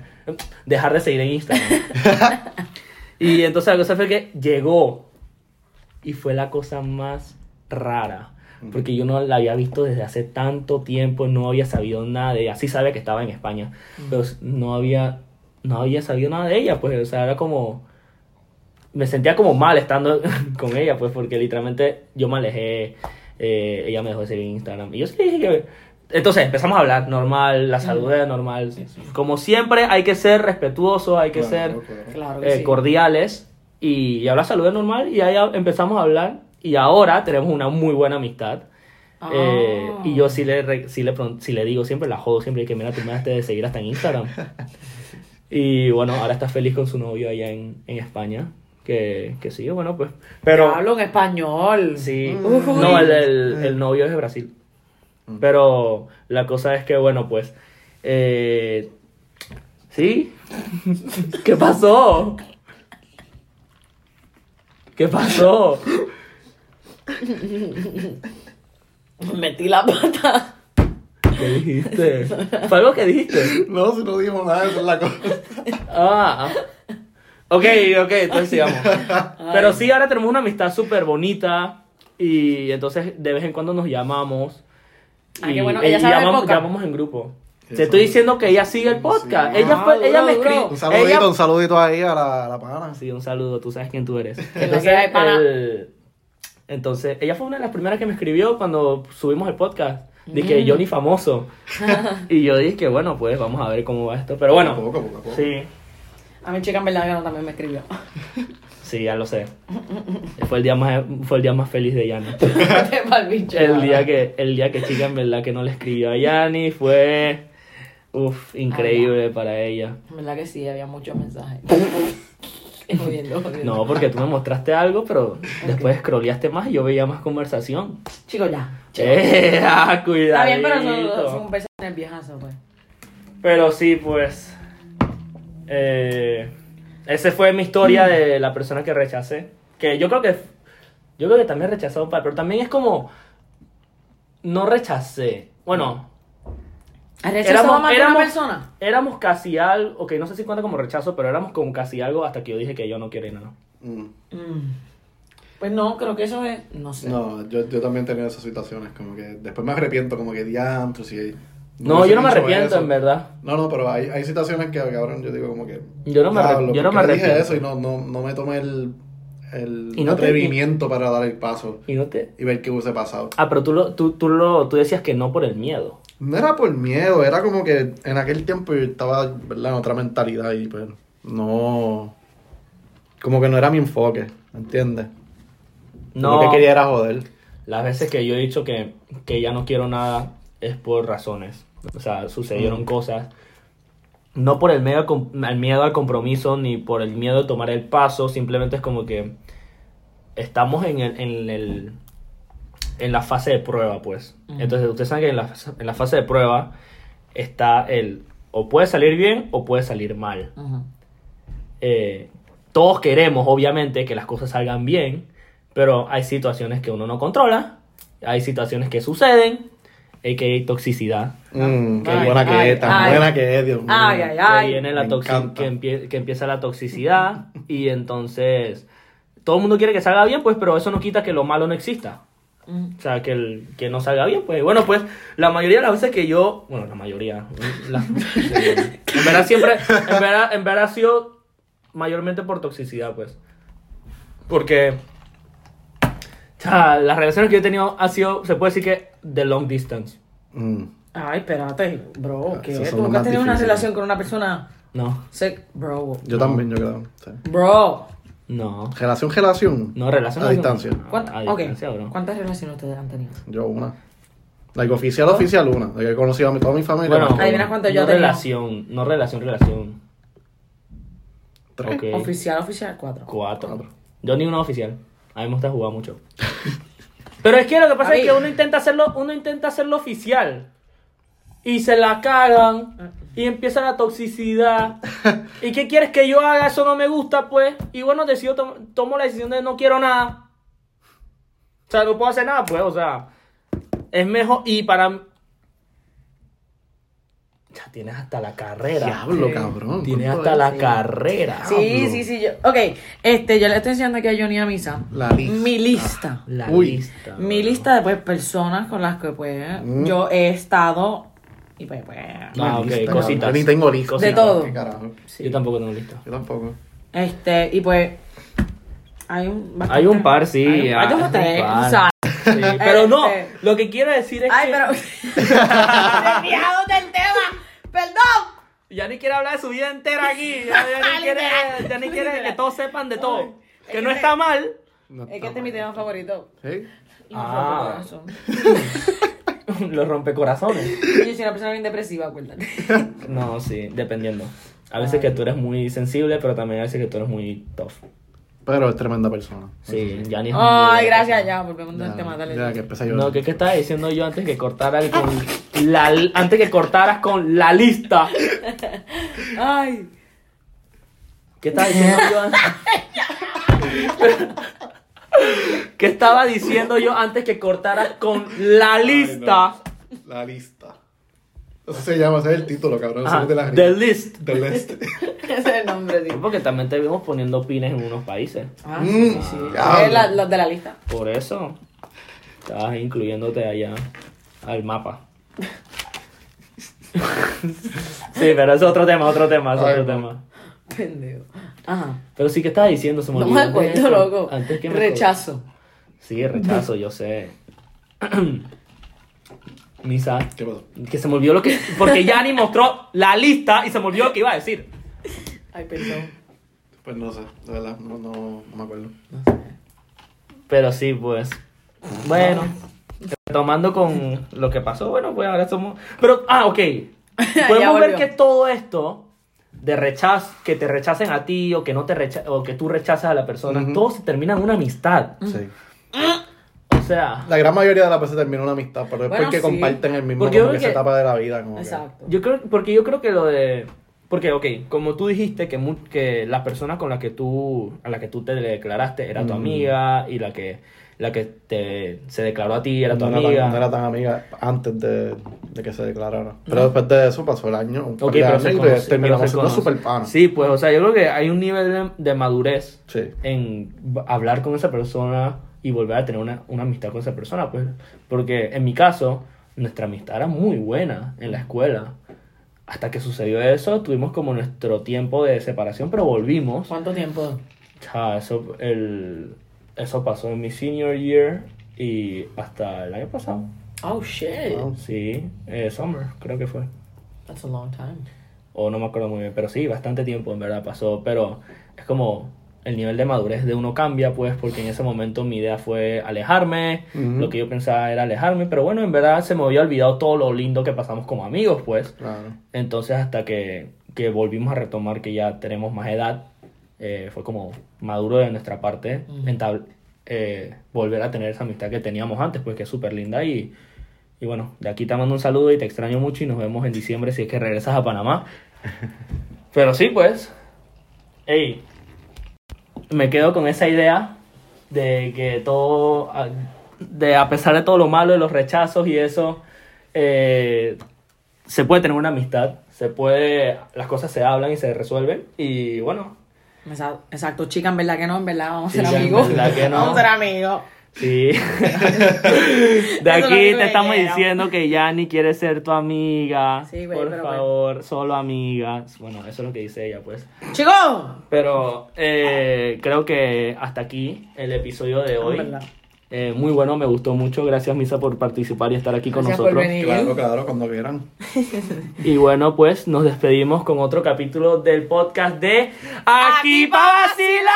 Speaker 2: dejar de seguir en Instagram. y entonces la cosa fue que llegó y fue la cosa más rara. Porque yo no la había visto desde hace tanto tiempo, no había sabido nada de ella. Sí sabía que estaba en España, pero no había, no había sabido nada de ella. Pues, o sea, era como, me sentía como mal estando con ella, pues, porque literalmente yo me alejé, eh, ella me dejó de seguir en Instagram. Y yo sí le dije que... Entonces empezamos a hablar, normal, la saludé, normal. Como siempre, hay que ser respetuosos, hay que ser
Speaker 3: Claro, claro.
Speaker 1: Claro que
Speaker 2: eh,
Speaker 1: sí.
Speaker 2: cordiales. Y ya la saludé normal y ahí empezamos a hablar. Y ahora tenemos una muy buena amistad.
Speaker 1: Ah.
Speaker 2: Eh, y yo
Speaker 1: Oh.
Speaker 2: sí le, re- sí, le, pron- sí le digo siempre, la jodo siempre, que mira, tú me dejaste de seguir hasta en Instagram. y bueno, ahora está feliz con su novio allá en, en España. Que, que sí, bueno, pues. Pero.
Speaker 1: Hablo en español.
Speaker 2: Sí.
Speaker 1: Ujú. Mm.
Speaker 2: No, el, el- el novio es de Brasil. Pero la cosa es que, bueno, pues. eh, ¿Sí? ¿Qué pasó? ¿Qué pasó?
Speaker 1: Metí la pata.
Speaker 2: ¿Qué dijiste? ¿Fue algo que dijiste?
Speaker 3: No, si no dijo nada, esa es la cosa.
Speaker 2: Ah. Ok, ok, entonces sigamos. Pero sí, ahora tenemos una amistad súper bonita. Y entonces de vez en cuando nos llamamos.
Speaker 1: Ah,
Speaker 2: y, eh,
Speaker 1: qué bueno,
Speaker 2: y
Speaker 1: ella sabe del
Speaker 2: llamamos,
Speaker 1: podcast.
Speaker 2: llamamos en grupo.
Speaker 3: Qué
Speaker 2: Te estoy
Speaker 3: bueno.
Speaker 2: diciendo que ella sigue el podcast.
Speaker 3: Sí.
Speaker 2: Ella, fue-
Speaker 1: Ah,
Speaker 2: ella
Speaker 1: bro,
Speaker 2: me
Speaker 1: bro.
Speaker 2: escribió.
Speaker 3: Un saludito,
Speaker 2: ella-
Speaker 3: un saludito ahí a la, a la pana.
Speaker 2: Sí, un saludo, tú sabes quién tú eres.
Speaker 1: la queda de pana.
Speaker 2: el- entonces, ella fue una de las primeras que me escribió cuando subimos el podcast. Dije,
Speaker 1: Mm.
Speaker 2: Johnny famoso. y yo dije, bueno, pues vamos a ver cómo va esto. Pero bueno,
Speaker 3: Poco, poco, poco.
Speaker 2: sí.
Speaker 1: A mi chica en verdad que no también me escribió.
Speaker 2: Sí, ya lo sé. Fue el día más, fue el día más feliz de Yanni.
Speaker 1: Vete pa'l bicho.
Speaker 2: El día que, el día que chica en verdad que no le escribió a Yanni fue uf, increíble para ella.
Speaker 1: En verdad que sí, había muchos mensajes. jodiendo, jodiendo.
Speaker 2: No, porque tú me mostraste algo, pero después scrolleaste más y yo veía más conversación.
Speaker 1: Chicos, ya.
Speaker 2: Eh, ah, cuidadito.
Speaker 1: Está bien, pero eso es un beso en el viejazo, pues.
Speaker 2: Pero sí, pues. Eh, esa fue mi historia de la persona que rechacé. Que yo creo que. Yo creo que también rechazó un par, pero también es como. No rechacé. Bueno.
Speaker 1: ¿Has rechazado a más de una persona?
Speaker 2: éramos casi algo, ok, no sé si cuenta como rechazo, pero éramos como casi algo hasta que yo dije que yo no quiero ir nada.
Speaker 3: Mm.
Speaker 1: Mm. Pues no, creo que eso es. No sé.
Speaker 3: No, yo, yo también he tenido esas situaciones, como que después me arrepiento, como que diantro, si
Speaker 2: No, yo no me arrepiento, en verdad.
Speaker 3: No, no, pero hay, hay situaciones que, cabrón, yo digo como que...
Speaker 2: Yo no me arrep-
Speaker 3: "Diablo,
Speaker 2: yo
Speaker 3: ¿por
Speaker 2: no
Speaker 3: qué
Speaker 2: me
Speaker 3: dije
Speaker 2: arrepiento".
Speaker 3: eso y no, no, no me tomé el, el
Speaker 2: Y no te-
Speaker 3: atrevimiento para dar el paso
Speaker 2: Y no te...
Speaker 3: y ver qué hubiese pasado.
Speaker 2: Ah, pero tú, lo, tú, tú, lo, tú decías que no por el miedo.
Speaker 3: No era por miedo, era como que en aquel tiempo yo estaba, ¿verdad?, en otra mentalidad y pues no... Como que no era mi enfoque, ¿entiendes?
Speaker 2: No,
Speaker 3: Lo que quería era joder.
Speaker 2: las veces que yo he dicho que, que ya no quiero nada es por razones. O sea, sucedieron cosas. No por el miedo, al com- al miedo al compromiso ni por el miedo de tomar el paso. Simplemente es como que estamos en, el, en, el, en la fase de prueba, pues.
Speaker 1: Ujú.
Speaker 2: Entonces, ustedes saben que en la, en la fase de prueba está el o puede salir bien o puede salir mal.
Speaker 1: Ajá.
Speaker 2: eh, todos queremos, obviamente, que las cosas salgan bien, pero hay situaciones que uno no controla, hay situaciones que suceden, y que hay toxicidad.
Speaker 3: Mm, qué
Speaker 1: Ay,
Speaker 3: buena que
Speaker 1: ay,
Speaker 3: es, tan
Speaker 1: ay.
Speaker 3: buena que es, Dios mío.
Speaker 1: Ay, ay,
Speaker 2: que, viene la
Speaker 3: me
Speaker 2: toxi-
Speaker 3: encanta.
Speaker 2: que, empie- que empieza la toxicidad y entonces todo el mundo quiere que salga bien, pues, pero eso no quita que lo malo no exista.
Speaker 1: Mm.
Speaker 2: O sea, que, el, que no salga bien, pues. Bueno, pues, la mayoría de las veces que yo. Bueno, la mayoría. la- en verdad, siempre. En verdad, en verdad ha sido mayormente por toxicidad, pues. Porque. O sea, las relaciones que yo he tenido ha sido, se puede decir que, de long distance.
Speaker 3: Mm.
Speaker 1: Ay, espérate, bro.
Speaker 3: Ah,
Speaker 1: ¿Qué?
Speaker 3: esos son
Speaker 1: ¿Tú
Speaker 3: los
Speaker 1: nunca has
Speaker 3: más
Speaker 1: tenido una
Speaker 3: difíciles.
Speaker 1: relación con una persona?
Speaker 2: No,
Speaker 1: sec- Bro.
Speaker 3: Yo también, yo creo. sí.
Speaker 1: Bro.
Speaker 2: no.
Speaker 3: Relación, relación.
Speaker 2: No, relación.
Speaker 3: A distancia.
Speaker 1: ¿Cuánta-
Speaker 2: A
Speaker 1: ok,
Speaker 2: distancia, bro.
Speaker 1: ¿Cuántas relaciones ustedes han tenido?
Speaker 3: Yo una. Like, oficial, oficial, una. De que he conocido a mi- toda mi familia.
Speaker 2: Bueno,
Speaker 1: Ahí viene cuánto yo
Speaker 2: no
Speaker 1: tengo.
Speaker 2: relación, no relación, relación.
Speaker 3: Tres.
Speaker 1: Eh.
Speaker 2: Ok.
Speaker 1: Oficial, oficial, cuatro.
Speaker 2: Cuatro. Yo ni una oficial. A mí me gusta jugar mucho. Pero es que lo que pasa
Speaker 1: A
Speaker 2: es que
Speaker 1: ver.
Speaker 2: uno intenta hacerlo, uno intenta hacerlo oficial. Y se la cagan. Y empieza la toxicidad. ¿Y qué quieres que yo haga? Eso no me gusta, pues. Y bueno, decido, tom- tomo la decisión de no quiero nada. O sea, no puedo hacer nada, pues. O sea, es mejor. Y para. Ya tienes hasta la carrera.
Speaker 3: Diablo, cabrón.
Speaker 2: Tienes
Speaker 3: ¿cuánto
Speaker 2: hasta
Speaker 3: es?
Speaker 2: la
Speaker 1: sí.
Speaker 2: carrera.
Speaker 1: Sí,
Speaker 3: Diablo.
Speaker 1: sí, sí. Yo, ok, este, yo le estoy enseñando aquí a Johnny y a Misa.
Speaker 3: La lista.
Speaker 1: Mi lista.
Speaker 2: La
Speaker 3: Uy,
Speaker 2: lista.
Speaker 1: mi lista de pues, personas con las que pues
Speaker 3: Mm.
Speaker 1: yo he estado y pues, pues,
Speaker 2: Ah, ok,
Speaker 3: Lista, cabrón.
Speaker 2: cositas.
Speaker 3: Yo ni tengo lista.
Speaker 2: Cositas.
Speaker 1: De todo.
Speaker 3: ¿Qué carajo?
Speaker 2: Yo tampoco tengo lista.
Speaker 3: Yo tampoco.
Speaker 1: este y pues hay un bastante-
Speaker 2: Hay un par, sí. ah,
Speaker 1: Hay, un- hay como
Speaker 2: hay un
Speaker 1: tres,
Speaker 2: par.
Speaker 1: o sea,
Speaker 2: Sí, pero no,
Speaker 1: Este.
Speaker 2: lo que quiero decir es
Speaker 1: Ay,
Speaker 2: que
Speaker 1: pero desviados del tema. Perdón.
Speaker 2: ya ni quiere hablar de su vida entera aquí. Ya, ya ni quiere,
Speaker 1: Literal.
Speaker 2: ya ni quiere que todos sepan de todo.
Speaker 1: Ay, este.
Speaker 2: que
Speaker 1: es
Speaker 2: no
Speaker 1: que-
Speaker 2: está mal.
Speaker 1: Es que este es mi tema favorito.
Speaker 3: ¿Sí?
Speaker 1: Y
Speaker 2: Ah.
Speaker 1: yo soy por
Speaker 2: Los rompecorazones.
Speaker 1: eso. Y Yo soy una persona bien depresiva, acuérdate.
Speaker 2: No, sí, dependiendo. A veces que tú eres muy sensible, pero también a veces que tú eres muy tough.
Speaker 3: Pero es tremenda persona.
Speaker 2: Sí, ya ni es muy
Speaker 1: Ay,
Speaker 2: buena
Speaker 1: gracias, ya,
Speaker 2: persona.
Speaker 1: volvemos al tema, dale.
Speaker 3: Ya, que empecé a llorar.
Speaker 2: No, que qué estaba diciendo yo antes que cortaras con
Speaker 1: Ah.
Speaker 2: la antes que cortaras con la lista.
Speaker 1: Ay,
Speaker 2: ¿Qué estaba diciendo yo antes? ¿Qué estaba diciendo yo antes que cortaras con la lista?
Speaker 3: La lista. Eso se llama, ese es el título, cabrón.
Speaker 2: Ajá,
Speaker 3: eso es de la este.
Speaker 2: the list.
Speaker 3: The list.
Speaker 1: ese es el nombre, tío.
Speaker 2: Porque también te vimos poniendo pines en unos países.
Speaker 1: Ah, sí, sí,
Speaker 3: Mm,
Speaker 1: sí.
Speaker 3: diablo.
Speaker 1: Es la- los de la lista.
Speaker 2: Por eso estabas incluyéndote allá al mapa. Sí, pero es otro tema, otro tema, es
Speaker 3: Ay,
Speaker 2: otro
Speaker 3: no.
Speaker 2: tema.
Speaker 1: Pendejo. Ajá.
Speaker 2: Pero sí que estaba diciendo, se me
Speaker 1: No
Speaker 2: olvidó.
Speaker 1: me acuerdo,
Speaker 2: Antes-
Speaker 1: loco.
Speaker 2: antes que me-
Speaker 1: Rechazo.
Speaker 2: Sí, rechazo, yo sé. Misa,
Speaker 3: ¿Qué pasó?
Speaker 2: Que se me olvidó lo que. Porque Yanni mostró la lista y se me olvidó lo que iba a decir.
Speaker 1: Ay, perdón.
Speaker 3: Pues no sé, de verdad, no, no, no me acuerdo.
Speaker 2: Pero sí, pues. Bueno. Tomando con lo que pasó, bueno, pues ahora somos. Pero, ah, ok. Podemos ver
Speaker 1: volvió.
Speaker 2: que todo esto de rechazo, que te rechacen a ti o que no te recha- o que tú rechazas a la persona,
Speaker 3: Ujú.
Speaker 2: todo se termina en una amistad.
Speaker 3: Sí.
Speaker 2: O sea,
Speaker 3: La gran mayoría de las veces termina una amistad, pero es
Speaker 1: Bueno,
Speaker 3: porque
Speaker 1: sí.
Speaker 3: comparten el mismo
Speaker 2: Porque yo
Speaker 3: como que
Speaker 2: creo
Speaker 3: esa
Speaker 2: que-
Speaker 3: etapa de la vida. Como que-
Speaker 1: Exacto.
Speaker 2: yo creo, porque yo creo que lo de Porque, ok, como tú dijiste que, mu- que la persona con la que tú, a la que tú te le declaraste era tu
Speaker 3: Mm.
Speaker 2: amiga y la que, la que te, se declaró a ti era tu
Speaker 3: No era,
Speaker 2: amiga.
Speaker 3: tan, no era tan amiga antes de, de que se declarara. Pero después de eso pasó el año. un par
Speaker 2: Ok,
Speaker 3: de
Speaker 2: pero
Speaker 3: años
Speaker 2: se
Speaker 3: y
Speaker 2: conoce- pero
Speaker 3: terminamos
Speaker 2: se
Speaker 3: siendo
Speaker 2: conoce.
Speaker 3: super panas.
Speaker 2: Sí, pues, o sea, yo creo que hay un nivel de, de madurez
Speaker 3: Sí.
Speaker 2: en b- hablar con esa persona y volver a tener una, una amistad con esa persona, pues. Porque en mi caso, nuestra amistad era muy buena en la escuela. Hasta que sucedió eso, tuvimos como nuestro tiempo de separación, pero volvimos.
Speaker 4: ¿Cuánto tiempo?
Speaker 2: Cha, eso, el, eso pasó en mi senior year y hasta el año pasado.
Speaker 4: Oh, shit.
Speaker 3: Wow.
Speaker 2: Sí, eh, summer, creo que fue.
Speaker 4: That's a long time.
Speaker 2: O no me acuerdo muy bien, pero sí, bastante tiempo en verdad pasó. Pero es como el nivel de madurez de uno cambia, pues, porque en ese momento mi idea fue alejarme.
Speaker 3: Ujú.
Speaker 2: Lo que yo pensaba era alejarme, pero bueno, en verdad se me había olvidado todo lo lindo que pasamos como amigos, pues.
Speaker 3: Claro.
Speaker 2: Entonces hasta que, que volvimos a retomar que ya tenemos más edad, eh, fue como maduro de nuestra parte
Speaker 4: Ujú.
Speaker 2: entabl- eh, volver a tener esa amistad que teníamos antes, pues que es súper linda y, y bueno, de aquí te mando un saludo y te extraño mucho y nos vemos en diciembre si es que regresas a Panamá. Pero sí, pues, ey, me quedo con esa idea de que todo, a- de a pesar de todo lo malo, de los rechazos y eso, eh, se puede tener una amistad, se puede, las cosas se hablan y se resuelven y bueno,
Speaker 4: Esa- Exacto, chica, en verdad que no, en verdad vamos a ser
Speaker 2: Chica, en
Speaker 4: amigos.
Speaker 2: verdad que no.
Speaker 4: Vamos a ser amigos.
Speaker 2: sí. de
Speaker 4: lo
Speaker 2: aquí
Speaker 4: único
Speaker 2: te
Speaker 4: que
Speaker 2: estamos
Speaker 4: quiero.
Speaker 2: diciendo que Yanni quiere ser tu amiga,
Speaker 4: Sí, güey,
Speaker 2: por
Speaker 4: pero bueno.
Speaker 2: favor, solo amigas. Bueno, eso es lo que dice ella, pues.
Speaker 4: ¡Chicos!
Speaker 2: Pero eh, creo que hasta aquí el episodio de hoy.
Speaker 4: Ah, verdad.
Speaker 2: Eh, muy bueno, me gustó mucho. Gracias, Misa, por participar y estar aquí con
Speaker 4: Gracias por
Speaker 2: nosotros.
Speaker 4: venir.
Speaker 3: Claro, claro, cuando quieran.
Speaker 2: Y bueno, pues nos despedimos con otro capítulo del podcast de Aquí para vacilar.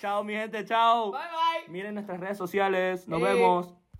Speaker 2: Chao, mi gente, chao.
Speaker 4: Bye bye.
Speaker 2: Miren nuestras redes sociales. Nos
Speaker 4: Sí.
Speaker 2: vemos.